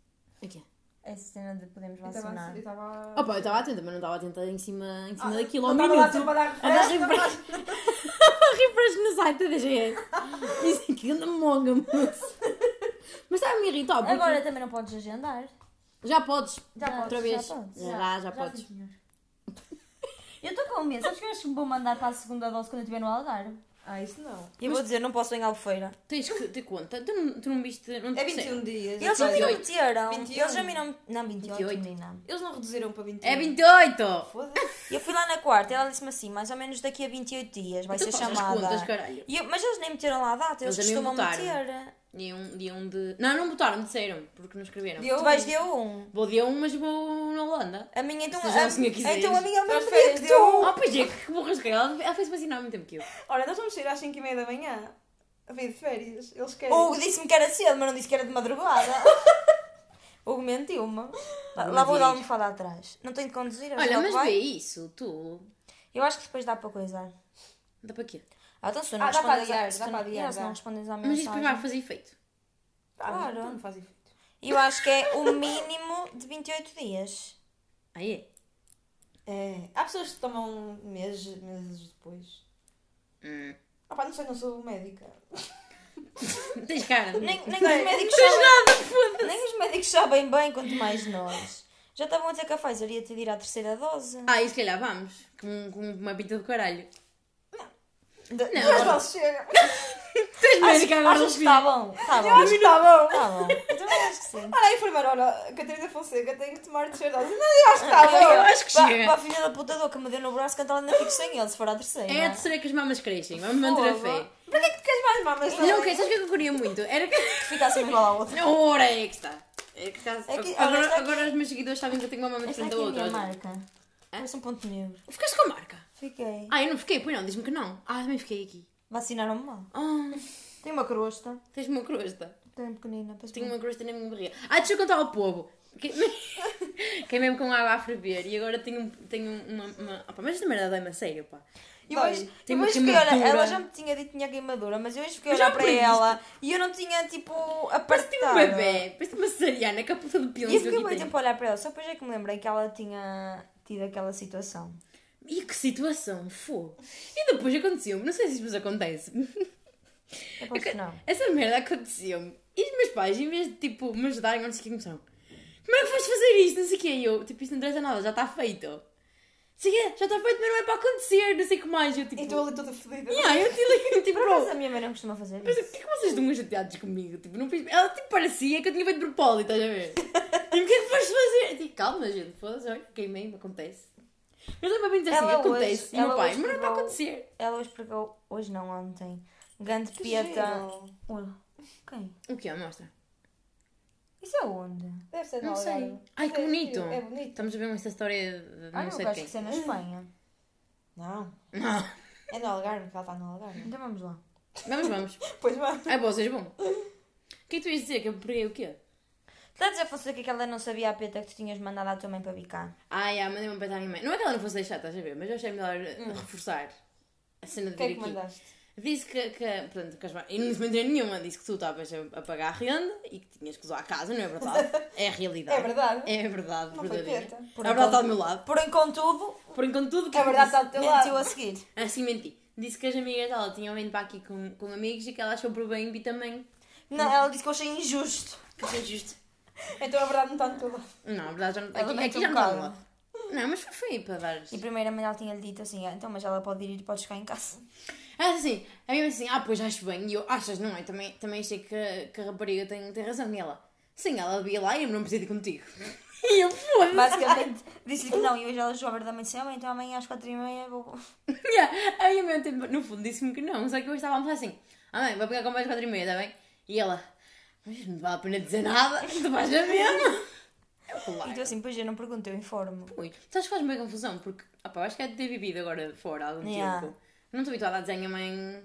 [SPEAKER 3] Aqui.
[SPEAKER 5] Essa cena de podemos
[SPEAKER 6] Eu estava
[SPEAKER 5] vacinar.
[SPEAKER 6] assim, eu estava-
[SPEAKER 3] Opa, eu estava atenta, mas não estava atenta em cima, em cima
[SPEAKER 6] Ah,
[SPEAKER 3] daquilo
[SPEAKER 6] eu
[SPEAKER 3] ao
[SPEAKER 6] estava
[SPEAKER 3] minuto.
[SPEAKER 6] lá sempre a dar
[SPEAKER 3] Andas
[SPEAKER 6] refresh,
[SPEAKER 3] sempre-
[SPEAKER 6] estava lá-
[SPEAKER 3] refresh no site da DGS. Dizem é que anda monga, moço. Mas está a me irritar, porque
[SPEAKER 5] Agora também não podes agendar.
[SPEAKER 3] já podes.
[SPEAKER 6] Já podes,
[SPEAKER 3] Outra
[SPEAKER 5] já
[SPEAKER 3] vez.
[SPEAKER 5] podes.
[SPEAKER 3] Ah, Já, já podes.
[SPEAKER 6] sim, senhor.
[SPEAKER 5] Eu estou com medo. Sabes que eu acho que me vou mandar para a segunda dose quando eu estiver no Algarve?
[SPEAKER 6] Ah, isso não.
[SPEAKER 5] Eu vou dizer, não posso em Albufeira.
[SPEAKER 3] Tens que ter conta. Tu não, tu não viste. Não te
[SPEAKER 6] É
[SPEAKER 3] percebe.
[SPEAKER 6] 21 dias.
[SPEAKER 5] Eles já me não
[SPEAKER 3] 28.
[SPEAKER 5] meteram.
[SPEAKER 6] 21.
[SPEAKER 5] Eles já me não... Não, 28,
[SPEAKER 3] 28.
[SPEAKER 5] menina.
[SPEAKER 6] Eles não reduziram para 21.
[SPEAKER 3] É 28!
[SPEAKER 6] Foda-se.
[SPEAKER 5] Eu fui lá na quarta e ela disse-me assim, mais ou menos daqui a 28 dias vai
[SPEAKER 3] Então
[SPEAKER 5] ser
[SPEAKER 3] faz as
[SPEAKER 5] chamada.
[SPEAKER 3] contas, caralho.
[SPEAKER 5] E eu- mas eles nem meteram lá a data, eles,
[SPEAKER 3] Eles a mim
[SPEAKER 5] costumam
[SPEAKER 3] botaram.
[SPEAKER 5] meter.
[SPEAKER 3] Dia 1 um, dia um de. Não, não botaram, disseram, porque não escreveram.
[SPEAKER 5] Tu vais dia 1.
[SPEAKER 3] Vou dia 1, um, mas vou na Holanda.
[SPEAKER 5] A minha então.
[SPEAKER 3] Se já
[SPEAKER 5] a-
[SPEAKER 3] o senhor quiser.
[SPEAKER 5] Então a minha é o mesmo
[SPEAKER 6] Transferem
[SPEAKER 5] dia que
[SPEAKER 6] dia
[SPEAKER 5] tu.
[SPEAKER 6] um.
[SPEAKER 3] Oh, pois é, que- que burras que ela, ela fez assim, vacinar ao mesmo tempo que eu.
[SPEAKER 6] Ora, nós vamos sair às 5h30 da manhã. A vir de férias. Eles querem.
[SPEAKER 5] O Hugo disse-me que era cedo, mas não disse que era de madrugada. o Hugo mentiu-me. Lá, lá vou
[SPEAKER 3] diz.
[SPEAKER 5] dar uma fada atrás. Não tenho de conduzir,
[SPEAKER 3] Olha,
[SPEAKER 5] já
[SPEAKER 3] mas
[SPEAKER 5] vai.
[SPEAKER 3] vê isso, tu.
[SPEAKER 5] Eu acho que depois dá para coisar.
[SPEAKER 3] Dá para quê?
[SPEAKER 5] Ah, então se tu não
[SPEAKER 6] Ah, dá para
[SPEAKER 5] respondes a-
[SPEAKER 6] adiar,
[SPEAKER 5] se
[SPEAKER 6] dá
[SPEAKER 5] tu-
[SPEAKER 6] para adiar,
[SPEAKER 5] yeah, se não
[SPEAKER 6] dá.
[SPEAKER 5] respondes à
[SPEAKER 3] Mas isso depois vai
[SPEAKER 5] mensagem.
[SPEAKER 3] fazer efeito.
[SPEAKER 6] Ah, mas
[SPEAKER 5] claro.
[SPEAKER 6] Não faz efeito.
[SPEAKER 5] Eu acho que é o mínimo de 28 dias. Ah,
[SPEAKER 3] Aí é.
[SPEAKER 6] É. Há pessoas que tomam meses, meses depois.
[SPEAKER 3] Hum.
[SPEAKER 6] Ah, pá, não sei, não sou médica.
[SPEAKER 3] Tens cara.
[SPEAKER 5] Nem, nem os
[SPEAKER 6] Não
[SPEAKER 5] médicos sabem. Nem os médicos sabem bem, quanto mais nós. Já estavam a dizer que a Pfizer ia te ir à terceira dose.
[SPEAKER 3] Ah, e se calhar vamos. Com, com uma pinta do caralho.
[SPEAKER 5] De-
[SPEAKER 6] Mas
[SPEAKER 3] Não,
[SPEAKER 6] não chega.
[SPEAKER 3] tens médica agora
[SPEAKER 5] Achas
[SPEAKER 3] não
[SPEAKER 5] que está bom? Está
[SPEAKER 6] Eu acho
[SPEAKER 5] Tá bom.
[SPEAKER 6] que está bom.
[SPEAKER 5] Está bom. Então eu acho que sim.
[SPEAKER 6] Olha a enfermeira, olha, a Catarina Fonseca tem que tomar terceira dose. Não, eu acho que está
[SPEAKER 5] Eu-
[SPEAKER 6] bom.
[SPEAKER 3] Ah, eu acho que
[SPEAKER 5] Pa-
[SPEAKER 3] chega.
[SPEAKER 5] Para a filha da puta dor que me deu no braço, que então ainda fico sem ele, se for à terceira.
[SPEAKER 3] É a terceira que as mamas crescem. Vamos manter a fé.
[SPEAKER 6] Para que é que tu queres mais mamas?
[SPEAKER 3] Não, ok, sabes o que é que eu queria muito? Era que.
[SPEAKER 5] Ficasse assim igual à outra.
[SPEAKER 3] Não, ora é que está. É que está.
[SPEAKER 5] que- olha,
[SPEAKER 3] agora,
[SPEAKER 5] esta aqui-
[SPEAKER 3] agora os meus seguidores sabem que eu tenho uma mama
[SPEAKER 5] Esta
[SPEAKER 3] diferente
[SPEAKER 5] aqui
[SPEAKER 3] da
[SPEAKER 5] é
[SPEAKER 3] outra.
[SPEAKER 5] a minha
[SPEAKER 3] olha.
[SPEAKER 5] marca. Parece um ponto negro.
[SPEAKER 3] Ficaste com a marca?
[SPEAKER 5] Fiquei.
[SPEAKER 3] Ah, eu não fiquei, pois não, diz-me que não. Ah, também fiquei aqui.
[SPEAKER 5] Vacinaram-me mal.
[SPEAKER 3] Ah,
[SPEAKER 5] Tenho uma crosta.
[SPEAKER 3] tens uma crosta.
[SPEAKER 5] Tenho pequenina. parece um
[SPEAKER 3] Tenho
[SPEAKER 5] bem.
[SPEAKER 3] uma crosta na minha barriga. Ah, deixa eu contar ao povo. Que- Queimei-me com água a ferver e agora tenho, tenho uma. uma... Ah, pá, mas esta merda dói-me a sério, pá.
[SPEAKER 5] E
[SPEAKER 6] Vai,
[SPEAKER 5] hoje,
[SPEAKER 3] tem
[SPEAKER 5] eu
[SPEAKER 3] uma
[SPEAKER 5] hoje fiquei a olhar-
[SPEAKER 3] queimadura.
[SPEAKER 5] ela já me tinha dito que tinha queimadura, mas eu hoje fiquei a
[SPEAKER 3] Eu já
[SPEAKER 5] olhar para
[SPEAKER 3] previste.
[SPEAKER 5] ela e eu não tinha tipo
[SPEAKER 3] Parece tipo um
[SPEAKER 5] apartado.
[SPEAKER 3] bebê, um parece uma cesariana com a puta de
[SPEAKER 5] E eu
[SPEAKER 3] pilões que
[SPEAKER 5] fiquei
[SPEAKER 3] eu
[SPEAKER 5] muito
[SPEAKER 3] aqui
[SPEAKER 5] tempo a olhar para ela, só depois é que me lembrei que ela tinha tido aquela situação.
[SPEAKER 3] tenho. E que situação, fogo. E depois aconteceu-me, não sei se isso vos acontece. É
[SPEAKER 5] Eu posso que não.
[SPEAKER 3] Essa merda aconteceu-me. E os meus pais, em vez de tipo me ajudarem, eu não sei o que me são. Como é que foste fazer isto? Não sei o que. E eu, tipo, isto não interessa nada, já está feito. Não sei o quê, já está feito, mas não é para acontecer, não sei o que mais. Eu tipo.
[SPEAKER 6] E estou ali toda fodida.
[SPEAKER 3] Yeah, eu te ligo, tipo,
[SPEAKER 5] Então, Por acaso a
[SPEAKER 3] bro.
[SPEAKER 5] minha mãe não costuma fazer
[SPEAKER 3] Mas
[SPEAKER 5] isso.
[SPEAKER 3] o que é que vocês estão chateados comigo? Tipo, não fiz. Ela tipo parecia que eu tinha feito propósito, estás a ver? tipo, o que é que foste fazer? Eu Tipo, calma, gente, foda-se, olha, queimei-me, acontece. Mas também bem dizer assim,
[SPEAKER 5] Ela hoje-
[SPEAKER 3] acontece. e o
[SPEAKER 5] ela
[SPEAKER 3] meu pai,
[SPEAKER 5] hoje
[SPEAKER 3] mas não é para
[SPEAKER 5] pegou-
[SPEAKER 3] acontecer.
[SPEAKER 5] Ela hoje pregou, hoje não, ontem, grande
[SPEAKER 6] Que
[SPEAKER 3] é.
[SPEAKER 5] pieta.
[SPEAKER 6] giro.
[SPEAKER 5] Ui, Quem?
[SPEAKER 3] O que é? Mostra.
[SPEAKER 5] Isso é onde?
[SPEAKER 4] Deve ser
[SPEAKER 3] Não
[SPEAKER 4] no
[SPEAKER 3] sei.
[SPEAKER 4] Algarve.
[SPEAKER 3] Ai, que
[SPEAKER 4] É
[SPEAKER 3] bonito.
[SPEAKER 4] giro, É bonito.
[SPEAKER 3] Estamos a ver uma história de
[SPEAKER 5] Ah,
[SPEAKER 3] não
[SPEAKER 5] não,
[SPEAKER 3] sei de
[SPEAKER 5] eu acho que
[SPEAKER 3] quem.
[SPEAKER 5] isso é na Espanha.
[SPEAKER 4] Não.
[SPEAKER 3] Não.
[SPEAKER 4] É no Algarve, que
[SPEAKER 6] tá
[SPEAKER 4] ela está no Algarve.
[SPEAKER 5] Então vamos lá.
[SPEAKER 3] Vamos, vamos.
[SPEAKER 4] Pois vá.
[SPEAKER 3] Ai, vocês vão. O que é que tu ias dizer? Que eu peguei o quê?
[SPEAKER 5] Estás Tá a dizer, Fonseca, que ela não sabia a peta que tu tinhas mandado à tua mãe para bicar?
[SPEAKER 3] Ah, yeah, mandei uma para a minha mãe. Não é que ela não fosse deixar, estás a ver? Mas eu achei melhor uh, reforçar a cena de
[SPEAKER 4] O que é
[SPEAKER 3] vir
[SPEAKER 4] que
[SPEAKER 3] aqui.
[SPEAKER 4] mandaste?
[SPEAKER 3] Disse que, que, portanto, que as mães- e não se mentira nenhuma, disse que tu estavas a, a pagar a renda e que tinhas que usar a casa, não é verdade? É a realidade.
[SPEAKER 4] É verdade.
[SPEAKER 3] É verdade,
[SPEAKER 4] Não foi
[SPEAKER 3] verdadeira.
[SPEAKER 4] peta.
[SPEAKER 3] A verdade está do meu lado.
[SPEAKER 5] Porém, contudo,
[SPEAKER 3] Por enquanto tudo que
[SPEAKER 4] A
[SPEAKER 3] eu
[SPEAKER 4] verdade
[SPEAKER 3] disse-
[SPEAKER 4] está do teu
[SPEAKER 5] mentiu a
[SPEAKER 4] lado.
[SPEAKER 5] seguir.
[SPEAKER 3] Assim menti. Disse que as amigas dela tinham vindo para aqui com, com amigos e que ela achou por bem vir também.
[SPEAKER 5] Não, ela disse que eu achei injusto.
[SPEAKER 3] Que foi justo.
[SPEAKER 4] Então a verdade
[SPEAKER 6] tá
[SPEAKER 4] não está do teu lado.
[SPEAKER 3] Não, a verdade já não.
[SPEAKER 5] Ela
[SPEAKER 3] Aqui,
[SPEAKER 5] mete
[SPEAKER 3] aqui
[SPEAKER 5] um
[SPEAKER 3] já não está do
[SPEAKER 5] bocado.
[SPEAKER 3] lado. Não, mas foi, foi para dar.
[SPEAKER 5] E primeiramente ela tinha-lhe dito assim, ah, então, mas ela pode ir e pode ficar em casa.
[SPEAKER 3] Ah, assim, a minha mãe disse assim, ah, pois acho bem. E eu, achas, não é? Também, também achei que, que a rapariga tem, tem razão. E ela, sim, ela devia ir lá e eu não preciso ir contigo. E eu, foda-se.
[SPEAKER 5] Basicamente, disse-lhe que não. E hoje ela jogou a verdade da mãe, então amanhã às quatro e meia vou...
[SPEAKER 3] Yeah. A minha mãe, tipo, no fundo, disse-me que não. Só que eu estava a almoçar assim, ah, mãe, vou pegar com mais quatro e meia, está bem? E ela, mas não vale a pena dizer nada, tu vais a mesmo. Eu,
[SPEAKER 5] E
[SPEAKER 3] claro.
[SPEAKER 5] tu assim, pois eu não pergunto, eu informo.
[SPEAKER 3] Ui, sabes que faz-me bem confusão, porque opa, eu acho que é de ter vivido agora fora há algum
[SPEAKER 5] Yeah.
[SPEAKER 3] tempo. Não estou habituada a dizer à minha mãe,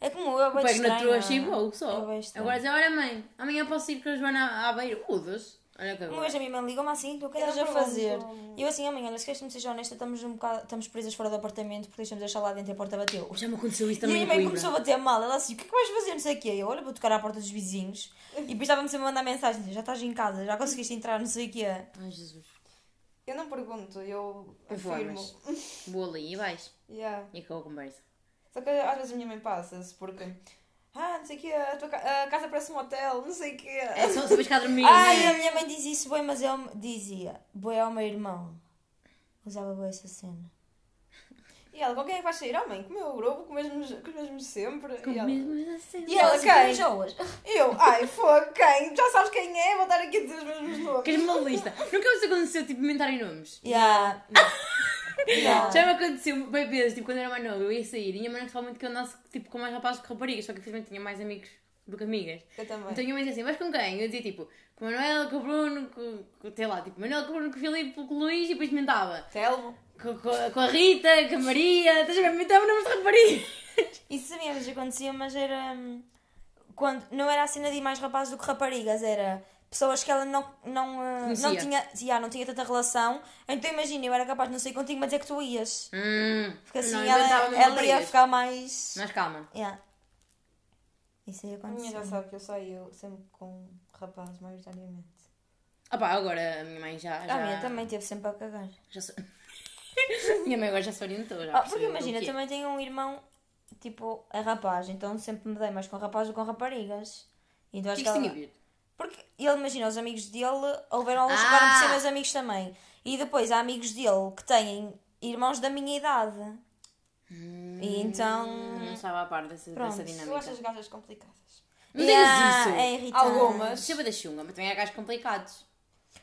[SPEAKER 5] É como eu, é bué de
[SPEAKER 3] pego na
[SPEAKER 5] estranho.
[SPEAKER 3] trouxa e vou
[SPEAKER 5] É
[SPEAKER 3] só.
[SPEAKER 5] bué estranho.
[SPEAKER 3] agora dizer, olha mãe, amanhã posso ir com a Joana à beira. Udas, olha que
[SPEAKER 5] Uma
[SPEAKER 3] agora.
[SPEAKER 5] vez a minha mãe ligou-me assim, tu o que estás a
[SPEAKER 4] Era para
[SPEAKER 5] fazer?
[SPEAKER 4] onde?
[SPEAKER 5] E eu assim, amanhã, mas queres-me seja honesta, estamos, um bocado, estamos presas fora do apartamento porque deixamos a chave lá dentro e a porta bateu.
[SPEAKER 3] Já me aconteceu isso
[SPEAKER 5] E a
[SPEAKER 3] também
[SPEAKER 5] minha
[SPEAKER 3] em
[SPEAKER 5] mãe
[SPEAKER 3] Coimbra.
[SPEAKER 5] começou a bater mal, ela assim, o que é que vais fazer, não sei o quê. Eu, olha, vou tocar à porta dos vizinhos. E depois estava-me sempre a mandar mensagem, dizer, já estás em casa, já conseguiste entrar, não sei o quê.
[SPEAKER 3] Ai Jesus,
[SPEAKER 4] Eu não pergunto, eu afirmo.
[SPEAKER 3] informas. Vou ali e vais.
[SPEAKER 4] Yeah.
[SPEAKER 3] E acabou a conversa.
[SPEAKER 4] Só que às vezes a minha mãe passa-se porque. Ah, não sei o quê, a tua ca- a casa parece um hotel, não sei o quê.
[SPEAKER 3] É só se vais cá dormir.
[SPEAKER 5] Ai,
[SPEAKER 3] né?
[SPEAKER 5] a minha mãe diz isso bem, mas eu dizia, boi ao meu irmão. Usava boi essa cena.
[SPEAKER 4] E ela, com quem é que vais sair? Oh mãe, com o meu grupo, com os mesmos, com os mesmos sempre.
[SPEAKER 3] Com
[SPEAKER 4] e ela,
[SPEAKER 3] mesmo assim.
[SPEAKER 4] E ela,
[SPEAKER 5] assim,
[SPEAKER 4] quem?
[SPEAKER 5] enjoas.
[SPEAKER 4] Eu, ai, fogo, quem? Já sabes quem é? Vou estar aqui a dizer os mesmos nomes.
[SPEAKER 3] Queres uma lista? Nunca vos aconteceu tipo inventarem nomes.
[SPEAKER 5] Yeah. Yeah.
[SPEAKER 3] Já me aconteceu bem vezes, tipo quando era mais nova, eu ia sair e a minha mãe gostava muito que eu andasse tipo, com mais rapazes que raparigas, só que infelizmente tinha mais amigos do que amigas.
[SPEAKER 4] Eu também.
[SPEAKER 3] Então a minha mãe dizia assim, vais com quem? Eu dizia tipo, com o Manuel, com o Bruno, com, com sei lá, tipo, Manuel, com o Bruno, com o Filipe, com o Luís e depois mentava.
[SPEAKER 4] Telmo.
[SPEAKER 3] Com, com- com a Rita, com a Maria, estás a ver? Mentava nomes de raparigas.
[SPEAKER 5] Isso sabia, mas acontecia, mas era. hum, Quando, não era a cena de ir mais rapazes do que raparigas, era pessoas que ela não, não, ah, não,
[SPEAKER 3] Conhecia.
[SPEAKER 5] tinha, já, não tinha tanta relação. Então imagina, eu era capaz de não sair contigo, mas é que tu ias.
[SPEAKER 3] Hum,
[SPEAKER 5] Porque assim
[SPEAKER 3] não, inventava
[SPEAKER 5] ela,
[SPEAKER 3] mesmo
[SPEAKER 5] ela ia
[SPEAKER 3] raparigas.
[SPEAKER 5] ficar mais.
[SPEAKER 3] Mas calma.
[SPEAKER 5] Yeah. Isso aí
[SPEAKER 4] A minha já
[SPEAKER 5] aconteceu.
[SPEAKER 4] sabe que eu saio sempre com rapazes, maioritariamente.
[SPEAKER 3] Ah pá, agora a minha mãe já. já
[SPEAKER 5] A minha também teve sempre a cagar.
[SPEAKER 3] já se- minha mãe agora já se orientou. Já
[SPEAKER 5] Ah, porque
[SPEAKER 3] percebeu o
[SPEAKER 5] imagina,
[SPEAKER 3] que é.
[SPEAKER 5] também tenho um irmão, tipo, é rapaz, então sempre me dei mais com rapazes do que com raparigas. Então
[SPEAKER 3] O
[SPEAKER 5] acho
[SPEAKER 3] que
[SPEAKER 5] que
[SPEAKER 3] é que
[SPEAKER 5] ela-
[SPEAKER 3] isso tinha a ver?
[SPEAKER 5] Porque ele, imagina, os amigos dele, houveram alguns que
[SPEAKER 3] Ah!
[SPEAKER 5] acabaram por ser meus amigos também. E depois há amigos dele que têm irmãos da minha idade.
[SPEAKER 3] Hum.
[SPEAKER 5] E então.
[SPEAKER 3] Não estava a par dessa,
[SPEAKER 5] Pronto.
[SPEAKER 3] dessa
[SPEAKER 4] Eu acho as
[SPEAKER 3] dinâmica.
[SPEAKER 4] gajas complicadas.
[SPEAKER 3] Não
[SPEAKER 5] Yeah,
[SPEAKER 3] digas isso!
[SPEAKER 5] É
[SPEAKER 4] Então,
[SPEAKER 5] irritante.
[SPEAKER 4] Algumas.
[SPEAKER 3] Chama da chunga, mas também há gajos complicados.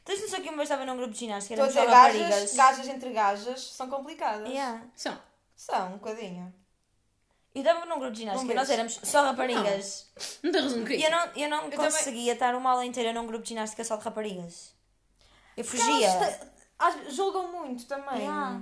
[SPEAKER 5] Tens noção que uma vez estava num grupo de ginástica,
[SPEAKER 4] Estou a
[SPEAKER 5] éramos só
[SPEAKER 4] dizer,
[SPEAKER 5] raparigas.
[SPEAKER 4] gajas, gajas entre gajas são complicadas.
[SPEAKER 5] Yeah.
[SPEAKER 3] São.
[SPEAKER 4] São, um bocadinho.
[SPEAKER 5] Eu estava num grupo de ginástica
[SPEAKER 4] Bombeiros.
[SPEAKER 5] e nós éramos só raparigas.
[SPEAKER 3] Não tem razão do que
[SPEAKER 5] E
[SPEAKER 3] isso.
[SPEAKER 5] eu não, eu não
[SPEAKER 4] também-
[SPEAKER 5] conseguia estar uma aula inteira num grupo de ginástica só de raparigas. Eu fugia.
[SPEAKER 4] Elas te- às- julgam muito também.
[SPEAKER 5] Yeah.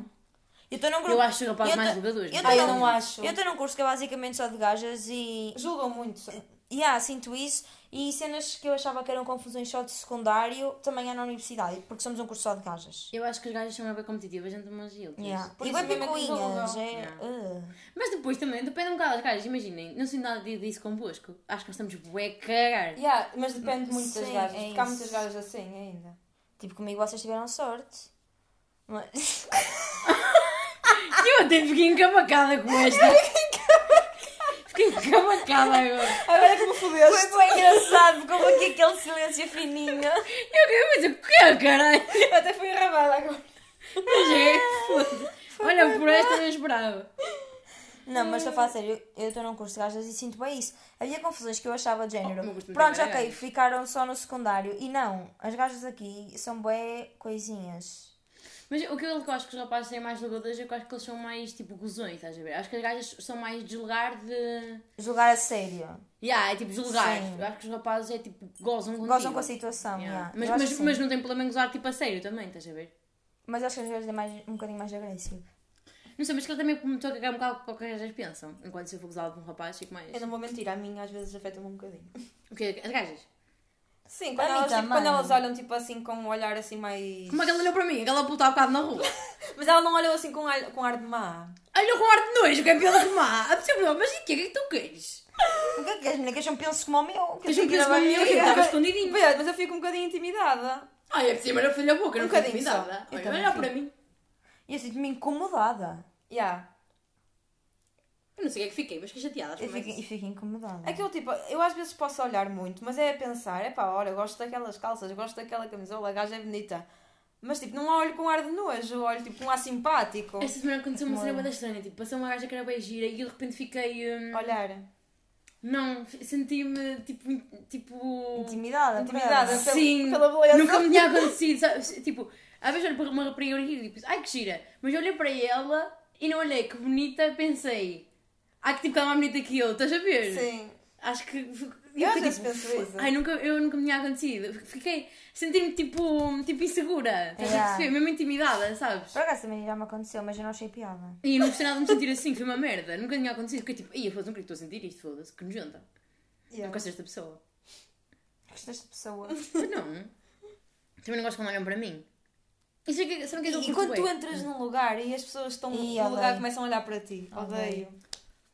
[SPEAKER 5] Eu estou num grupo.
[SPEAKER 3] Eu acho o rapaz
[SPEAKER 5] Eu
[SPEAKER 3] mais
[SPEAKER 5] tô-
[SPEAKER 3] jogador.
[SPEAKER 5] eu
[SPEAKER 4] Ah, eu
[SPEAKER 5] Não.
[SPEAKER 4] não acho.
[SPEAKER 5] Eu estou num curso que é basicamente só de gajas e
[SPEAKER 4] Julgam muito.
[SPEAKER 5] E há, sinto isso. E cenas que eu achava que eram confusões só de secundário, também é na universidade, porque somos um curso só de gajas.
[SPEAKER 3] Eu acho que as gajas são uma bem competitivas entre umas e outras.
[SPEAKER 5] Yeah.
[SPEAKER 4] Por
[SPEAKER 5] E
[SPEAKER 4] isso
[SPEAKER 5] bem
[SPEAKER 4] mesmo é que nos
[SPEAKER 5] picuinhas.
[SPEAKER 4] alugam.
[SPEAKER 5] É,
[SPEAKER 3] Yeah.
[SPEAKER 5] uh.
[SPEAKER 3] Mas depois também depende um bocado das gajas. Imaginem, não sinto nada de- disso convosco. Acho que nós estamos bué cagar.
[SPEAKER 4] Yeah, mas depende muito das
[SPEAKER 5] Sim,
[SPEAKER 4] gajas,
[SPEAKER 5] é
[SPEAKER 4] porque há
[SPEAKER 5] isso.
[SPEAKER 4] muitas gajas assim ainda.
[SPEAKER 5] Tipo, comigo vocês tiveram sorte. Mas...
[SPEAKER 3] Eu até fiquei encabacada com esta. fiquei encabacada agora.
[SPEAKER 4] Agora é que me fodeste.
[SPEAKER 5] Foi bem engraçado, porque houve aqui aquele silêncio fininho.
[SPEAKER 3] Eu queria dizer, o que é, caralho?
[SPEAKER 4] Até fui enrabada agora.
[SPEAKER 3] Mas é que foda. Olha, por esta não esperava.
[SPEAKER 5] Não, mas estou a falar
[SPEAKER 3] Eh,
[SPEAKER 5] sério, eu estou num curso de gajas e sinto bem isso. Havia confusões que eu achava de género.
[SPEAKER 3] Oh, não costumo
[SPEAKER 5] Pronto,
[SPEAKER 3] trabalhar
[SPEAKER 5] ok,
[SPEAKER 3] gajas.
[SPEAKER 5] ficaram só no secundário. E não, as gajas aqui são bué coisinhas.
[SPEAKER 3] Mas o que eu acho que os rapazes têm mais jogadores é que eu acho que eles são mais tipo gozões, estás a ver? Acho que as gajas são mais de julgar de.
[SPEAKER 5] Jogar a sério.
[SPEAKER 3] Yeah, é tipo julgar.
[SPEAKER 5] Sim.
[SPEAKER 3] Eu acho que os rapazes é tipo gozam contigo.
[SPEAKER 5] Gozam com a situação,
[SPEAKER 3] Yeah.
[SPEAKER 5] yeah.
[SPEAKER 3] Mas,
[SPEAKER 5] Eu acho
[SPEAKER 3] mas,
[SPEAKER 5] que sim.
[SPEAKER 3] mas não tem problema em gozar tipo a sério também, estás a ver?
[SPEAKER 5] Mas acho que às vezes é mais, um bocadinho mais agressivo.
[SPEAKER 3] Não sei, mas que ele também me toca cagar um bocado para o que as gajas pensam. Enquanto se eu for gozado por um rapaz, fico mais.
[SPEAKER 4] Eu não vou mentir, a mim às vezes afeta-me um bocadinho.
[SPEAKER 3] O quê? As gajas?
[SPEAKER 4] Sim,
[SPEAKER 5] A
[SPEAKER 4] quando
[SPEAKER 5] mim
[SPEAKER 4] elas, tipo,
[SPEAKER 5] também.
[SPEAKER 4] quando elas olham tipo assim com um olhar assim mais.
[SPEAKER 3] Como é que ela olhou para mim? Aquela puta há bocado na rua.
[SPEAKER 4] Mas ela não olhou assim com ar, com ar de má.
[SPEAKER 3] Olhou com ar de nojo, campeão de má. A pessoa falou, mas e quê? O que é que tu queres?
[SPEAKER 5] O que é que as meninas queixam penso como o meu? Que
[SPEAKER 3] Tens um
[SPEAKER 5] tipo
[SPEAKER 3] peso comigo que eu
[SPEAKER 4] barriga.
[SPEAKER 5] é
[SPEAKER 3] estava escondidinho.
[SPEAKER 4] Pois, mas eu fico um bocadinho intimidada.
[SPEAKER 3] Ai, é a pessoa era filha boca,
[SPEAKER 4] Um
[SPEAKER 3] não fiquei
[SPEAKER 4] bocadinho só.
[SPEAKER 3] intimidada.
[SPEAKER 5] Eu
[SPEAKER 3] Olha,
[SPEAKER 5] também
[SPEAKER 3] Olha
[SPEAKER 5] fico.
[SPEAKER 3] para mim.
[SPEAKER 5] E eu sinto-me incomodada.
[SPEAKER 4] Yeah.
[SPEAKER 3] Eu não sei o que é que fiquei, mas fiquei chateada. acho
[SPEAKER 5] Eu
[SPEAKER 3] que É
[SPEAKER 5] fico, e
[SPEAKER 3] mais-
[SPEAKER 5] fico incomodada.
[SPEAKER 4] Aquilo tipo, eu às vezes posso olhar muito, mas é a pensar, é pá, olha, eu gosto daquelas calças, eu gosto daquela camisola, a gaja é bonita. Mas tipo, não olho com ar de nojo, olho tipo com um ar simpático.
[SPEAKER 3] Esta semana aconteceu uma cena bem estranha, tipo, passou uma gaja que era bem gira e eu de repente fiquei... hum,
[SPEAKER 4] Olhar.
[SPEAKER 3] Não, f- senti-me tipo... in- tipo...
[SPEAKER 5] Intimidada.
[SPEAKER 4] Intimidada.
[SPEAKER 5] parece.
[SPEAKER 4] pela-
[SPEAKER 3] Sim,
[SPEAKER 4] pela beleza.
[SPEAKER 3] nunca me tinha acontecido, sabe? Tipo, às vezes olho para uma rapariga e digo, tipo, ai que gira, mas eu olhei para ela e não olhei que bonita, pensei, ai que tipo que ela é mais bonita que eu, estás a ver?
[SPEAKER 4] Sim.
[SPEAKER 3] Acho que. Eu,
[SPEAKER 4] Eu às vezes
[SPEAKER 3] tipo,
[SPEAKER 4] penso isso.
[SPEAKER 3] Ai, nunca, eu nunca me tinha acontecido. Fiquei. senti-me tipo, tipo insegura. Estás a
[SPEAKER 5] Yeah.
[SPEAKER 3] perceber? Mesmo intimidada, sabes?
[SPEAKER 5] Por acaso também já me aconteceu, mas eu não achei piada.
[SPEAKER 3] E eu não gostei nada de me sentir assim, foi uma merda. Nunca tinha acontecido. Fiquei tipo, ia, foda-se, não queria que estou a sentir isto, foda-se, que nojenta. Não
[SPEAKER 4] Yeah.
[SPEAKER 3] gosto desta pessoa.
[SPEAKER 5] Gostaste de pessoa.
[SPEAKER 3] Mas não. Também não gosto quando olham para mim. E sei que, sabe o que é que eu
[SPEAKER 4] E
[SPEAKER 3] curto
[SPEAKER 4] quando tu
[SPEAKER 3] bué?
[SPEAKER 4] entras num lugar e as pessoas estão
[SPEAKER 5] Ih,
[SPEAKER 4] no lugar
[SPEAKER 5] odeio.
[SPEAKER 4] começam a olhar para ti. Odeio.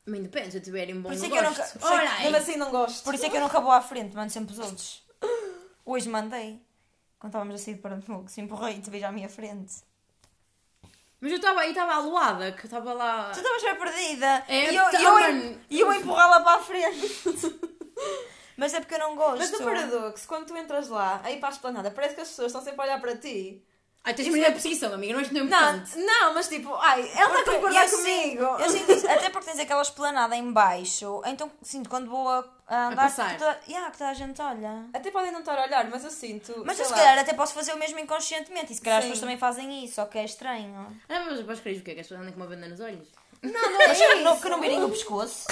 [SPEAKER 3] Me depende, se eu tiver um bom
[SPEAKER 5] Por isso é
[SPEAKER 3] gosto.
[SPEAKER 5] que eu nunca- por isso é que-
[SPEAKER 3] Ora aí.
[SPEAKER 4] Mesmo assim não gosto.
[SPEAKER 5] Por isso é que eu nunca vou à frente, mando sempre os outros. Hoje mandei. Quando estávamos a sair de Pernambuco, se empurrei e te vejo à minha frente. assim-
[SPEAKER 3] Mas eu estava aí, estava aluada, que eu estava lá.
[SPEAKER 5] Tu estavas bem perdida.
[SPEAKER 3] É,
[SPEAKER 5] e eu,
[SPEAKER 3] tá,
[SPEAKER 5] e eu,
[SPEAKER 3] mano.
[SPEAKER 5] e eu a empurrá-la para a frente. Mas é porque eu não gosto.
[SPEAKER 4] Mas o paradoxo, quando tu entras lá, aí para a esplanada, parece que as pessoas estão sempre a olhar para ti.
[SPEAKER 3] Ai, tens
[SPEAKER 5] é
[SPEAKER 3] medo da perseguição, amiga, não és tão
[SPEAKER 4] Não,
[SPEAKER 3] importante.
[SPEAKER 4] não, mas tipo, ai, ela está a
[SPEAKER 5] E
[SPEAKER 4] concordar
[SPEAKER 5] eu sinto-
[SPEAKER 4] comigo.
[SPEAKER 5] é assim, eu sinto isso, até porque tens aquela esplanada em baixo, então sinto quando vou a, a andar
[SPEAKER 3] passar.
[SPEAKER 5] que, toda, yeah, que toda a gente olha.
[SPEAKER 4] Até podem não estar a olhar, mas eu sinto.
[SPEAKER 5] Mas
[SPEAKER 4] sei
[SPEAKER 5] eu se
[SPEAKER 4] lá.
[SPEAKER 5] calhar até posso fazer o mesmo inconscientemente e se calhar as
[SPEAKER 4] Sim.
[SPEAKER 5] pessoas também fazem isso, só que é estranho.
[SPEAKER 3] Ah, mas depois queres o quê? Que as pessoas andam com uma banda nos olhos?
[SPEAKER 5] Não, não é isso. Que não, que não virem o pescoço.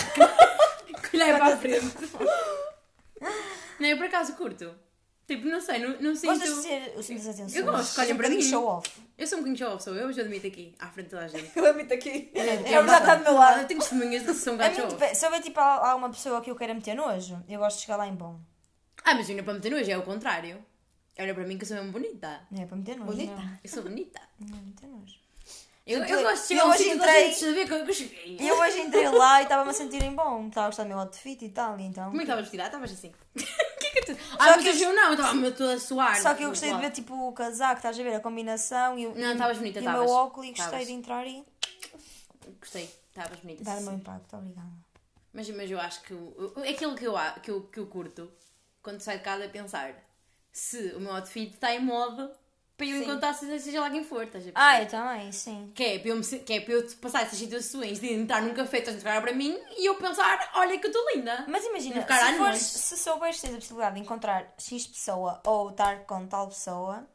[SPEAKER 3] Colher para a frente. não, eu por acaso curto. Tipo, não sei, não, não sinto.
[SPEAKER 5] Gostas de ser os meus atenções?
[SPEAKER 3] Eu gosto, olhem
[SPEAKER 5] Um
[SPEAKER 3] para
[SPEAKER 5] bocadinho
[SPEAKER 3] mim.
[SPEAKER 5] show off.
[SPEAKER 3] Eu sou um bocadinho show-off, sou eu, mas eu admito aqui, à frente de toda a gente.
[SPEAKER 4] Eu admito aqui.
[SPEAKER 5] É verdade, está do meu
[SPEAKER 3] Ah,
[SPEAKER 5] lado.
[SPEAKER 3] eu tenho testemunhas de que sou um
[SPEAKER 5] A
[SPEAKER 3] gajo
[SPEAKER 5] mim,
[SPEAKER 3] show-off.
[SPEAKER 5] depende- se houver tipo há há uma pessoa que eu queira meter nojo, eu gosto de chegar lá em bom.
[SPEAKER 3] Ah, mas eu não é para meter nojo, é o contrário. Olha para mim que eu sou mesmo bonita.
[SPEAKER 5] Não é para meter nojo.
[SPEAKER 4] Bonita.
[SPEAKER 5] Não,
[SPEAKER 3] Eu sou bonita.
[SPEAKER 5] não é meter nojo.
[SPEAKER 3] Eu,
[SPEAKER 5] Gente,
[SPEAKER 3] eu
[SPEAKER 5] eu-
[SPEAKER 3] gosto de
[SPEAKER 5] eu
[SPEAKER 3] chegar a um
[SPEAKER 5] hoje
[SPEAKER 3] sítio
[SPEAKER 5] entrei-
[SPEAKER 3] de saber que eu que eu cheguei.
[SPEAKER 5] E eu hoje entrei lá e estava-me a sentir em bom. Estava a gostar do meu outfit e tal, e então.
[SPEAKER 3] Como é que estavas vestida? Ah, Estavas assim. O que é que tu. Ah,
[SPEAKER 5] que
[SPEAKER 3] mas hoje eu não, eu estava toda a suar.
[SPEAKER 5] Só que eu gostei de
[SPEAKER 3] Claro.
[SPEAKER 5] ver tipo o casaco, estás a ver a combinação e o,
[SPEAKER 3] Não,
[SPEAKER 5] e-
[SPEAKER 3] estavas bonita,
[SPEAKER 5] e o
[SPEAKER 3] estavas.
[SPEAKER 5] meu óculos e gostei
[SPEAKER 3] Estavas.
[SPEAKER 5] de entrar e
[SPEAKER 3] Gostei, estavas bonita.
[SPEAKER 5] dar o
[SPEAKER 3] sim.
[SPEAKER 5] meu impacto, obrigada.
[SPEAKER 3] Mas, mas eu acho que o- o- aquilo que eu, a- que, eu, que eu curto quando saio de casa é pensar se o meu outfit está em modo para eu encontrar seja, seja lá quem for, estás a perceber?
[SPEAKER 5] Ah, eu também, sim.
[SPEAKER 3] que, é para eu me se- que é para eu te passar essas situações de entrar num café, estás a olhar para mim e eu pensar, olha que eu estou linda.
[SPEAKER 5] Mas imagina,
[SPEAKER 3] Ficar à
[SPEAKER 5] se, fores,
[SPEAKER 3] noite.
[SPEAKER 5] se souberes ter a possibilidade de encontrar X pessoa ou estar com tal pessoa,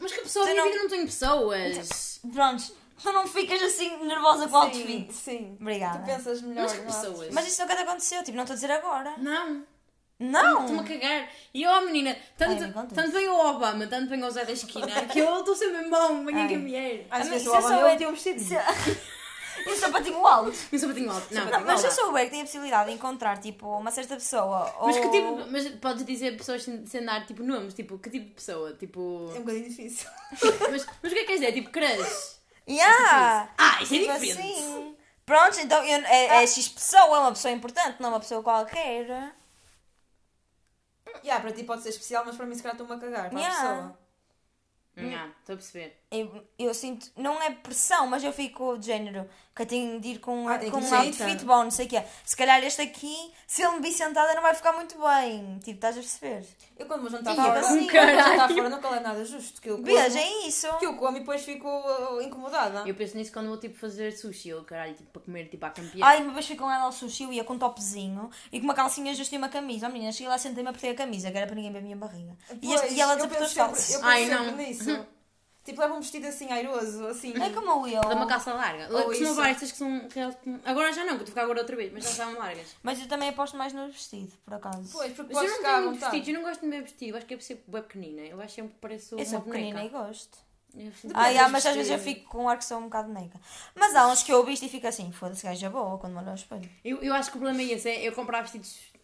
[SPEAKER 3] Mas que pessoa,
[SPEAKER 5] Tu
[SPEAKER 3] na minha
[SPEAKER 5] não-
[SPEAKER 3] vida não tenho pessoas.
[SPEAKER 5] prontos, tu não ficas assim nervosa com o
[SPEAKER 4] Sim,
[SPEAKER 5] outfit.
[SPEAKER 4] sim.
[SPEAKER 5] Obrigada.
[SPEAKER 4] Tu pensas melhor.
[SPEAKER 3] Mas que
[SPEAKER 4] não é?
[SPEAKER 3] pessoas?
[SPEAKER 5] Mas isso nunca te aconteceu, tipo, não estou a dizer agora.
[SPEAKER 3] Não,
[SPEAKER 5] Não!
[SPEAKER 3] estou-me a cagar. E eu, oh, menina, tanto,
[SPEAKER 5] Ah. Ai, me conta
[SPEAKER 3] tanto vem o Obama, tanto vem o Zé da Esquina, que eu estou sempre bom, venha
[SPEAKER 5] Ai.
[SPEAKER 3] que vier.
[SPEAKER 4] Às
[SPEAKER 5] Ah,
[SPEAKER 4] vezes
[SPEAKER 5] isso
[SPEAKER 4] o
[SPEAKER 5] é só
[SPEAKER 4] Obama
[SPEAKER 5] eu-
[SPEAKER 4] tem um vestido.
[SPEAKER 5] Se... Eu sou patinho alto.
[SPEAKER 3] E um sapatinho alto. Não,
[SPEAKER 5] Não, mas se eu souber que tenho a possibilidade de encontrar, tipo, uma certa pessoa ou...
[SPEAKER 3] Mas que tipo, mas podes dizer pessoas sem, sem dar tipo nomes, tipo, que tipo de pessoa? Tipo.
[SPEAKER 4] É um bocadinho difícil.
[SPEAKER 3] Mas, mas o que é que queres dizer? Tipo crush?
[SPEAKER 5] Yeah!
[SPEAKER 3] Ah, isso é
[SPEAKER 5] Tipo
[SPEAKER 3] diferente!
[SPEAKER 5] assim. Pronto, então eu- é, é X pessoa, é uma pessoa importante, não uma pessoa qualquer.
[SPEAKER 4] Yeah, para ti pode ser especial, mas para mim se calhar estou-me a cagar. Para
[SPEAKER 5] Yeah.
[SPEAKER 4] a pessoa.
[SPEAKER 3] Não, Ah, estou a perceber.
[SPEAKER 5] Eu, eu sinto, não é pressão, mas eu fico de género que eu tenho de ir com,
[SPEAKER 4] Ah, tem
[SPEAKER 5] com
[SPEAKER 4] que
[SPEAKER 5] um
[SPEAKER 4] ser,
[SPEAKER 5] outfit
[SPEAKER 4] então.
[SPEAKER 5] bom, não sei o que é. Se calhar este aqui, se ele me vi sentada, não vai ficar muito bem. Tipo, estás a perceber?
[SPEAKER 4] Eu quando vou jantar
[SPEAKER 5] Ih,
[SPEAKER 4] fora,
[SPEAKER 5] assim,
[SPEAKER 4] quando vou jantar
[SPEAKER 3] caralho.
[SPEAKER 4] fora nunca é nada justo. Que eu como,
[SPEAKER 5] Veja, é isso.
[SPEAKER 4] que eu como e depois fico uh, incomodada.
[SPEAKER 3] Eu penso nisso quando vou tipo fazer sushi ou caralho, tipo para comer tipo à campeã.
[SPEAKER 5] Ai, uma vez fui com ela ao sushi, eu ia com um topzinho e com uma calcinha justa e uma camisa. A menina, cheguei lá, sentei-me a perder a camisa, que era para ninguém ver a minha barriga. E, este-
[SPEAKER 4] Pois,
[SPEAKER 5] e ela
[SPEAKER 4] eu
[SPEAKER 5] desapertou
[SPEAKER 4] penso
[SPEAKER 5] as calças.
[SPEAKER 4] sempre- Eu
[SPEAKER 3] Ai,
[SPEAKER 4] penso sempre
[SPEAKER 3] não. Uhum.
[SPEAKER 4] nisso. Tipo, leva um vestido assim airoso, assim.
[SPEAKER 5] É como o Will.
[SPEAKER 3] Dá uma calça larga.
[SPEAKER 4] Ou
[SPEAKER 3] Costuma
[SPEAKER 4] isso.
[SPEAKER 3] levar estas que são. que elas- Agora já não, que eu estou a ficar agora outra vez, mas já estavam largas.
[SPEAKER 5] Mas eu também aposto mais no vestido, por acaso.
[SPEAKER 4] Pois, porque
[SPEAKER 3] Mas eu
[SPEAKER 4] podes
[SPEAKER 3] não
[SPEAKER 4] ficar à
[SPEAKER 3] tenho muito
[SPEAKER 4] vontade.
[SPEAKER 3] vestido, eu não gosto de meu vestido, acho que é por ser bem pequenina. Eu acho sempre que pareço
[SPEAKER 5] eu
[SPEAKER 3] uma
[SPEAKER 5] sou pequenina e
[SPEAKER 3] boneca.
[SPEAKER 5] gosto.
[SPEAKER 3] Eu sinto-
[SPEAKER 5] Ah,
[SPEAKER 4] Depende
[SPEAKER 5] yeah,
[SPEAKER 4] dos
[SPEAKER 5] mas às vezes eu
[SPEAKER 4] vestidos.
[SPEAKER 5] fico com um ar que sou um bocado neca. Mas há uns que eu visto e fico assim, foda-se, gaja boa, quando me olho ao espelho.
[SPEAKER 3] Eu, eu acho que o problema é esse, é eu comprar vestidos. certos.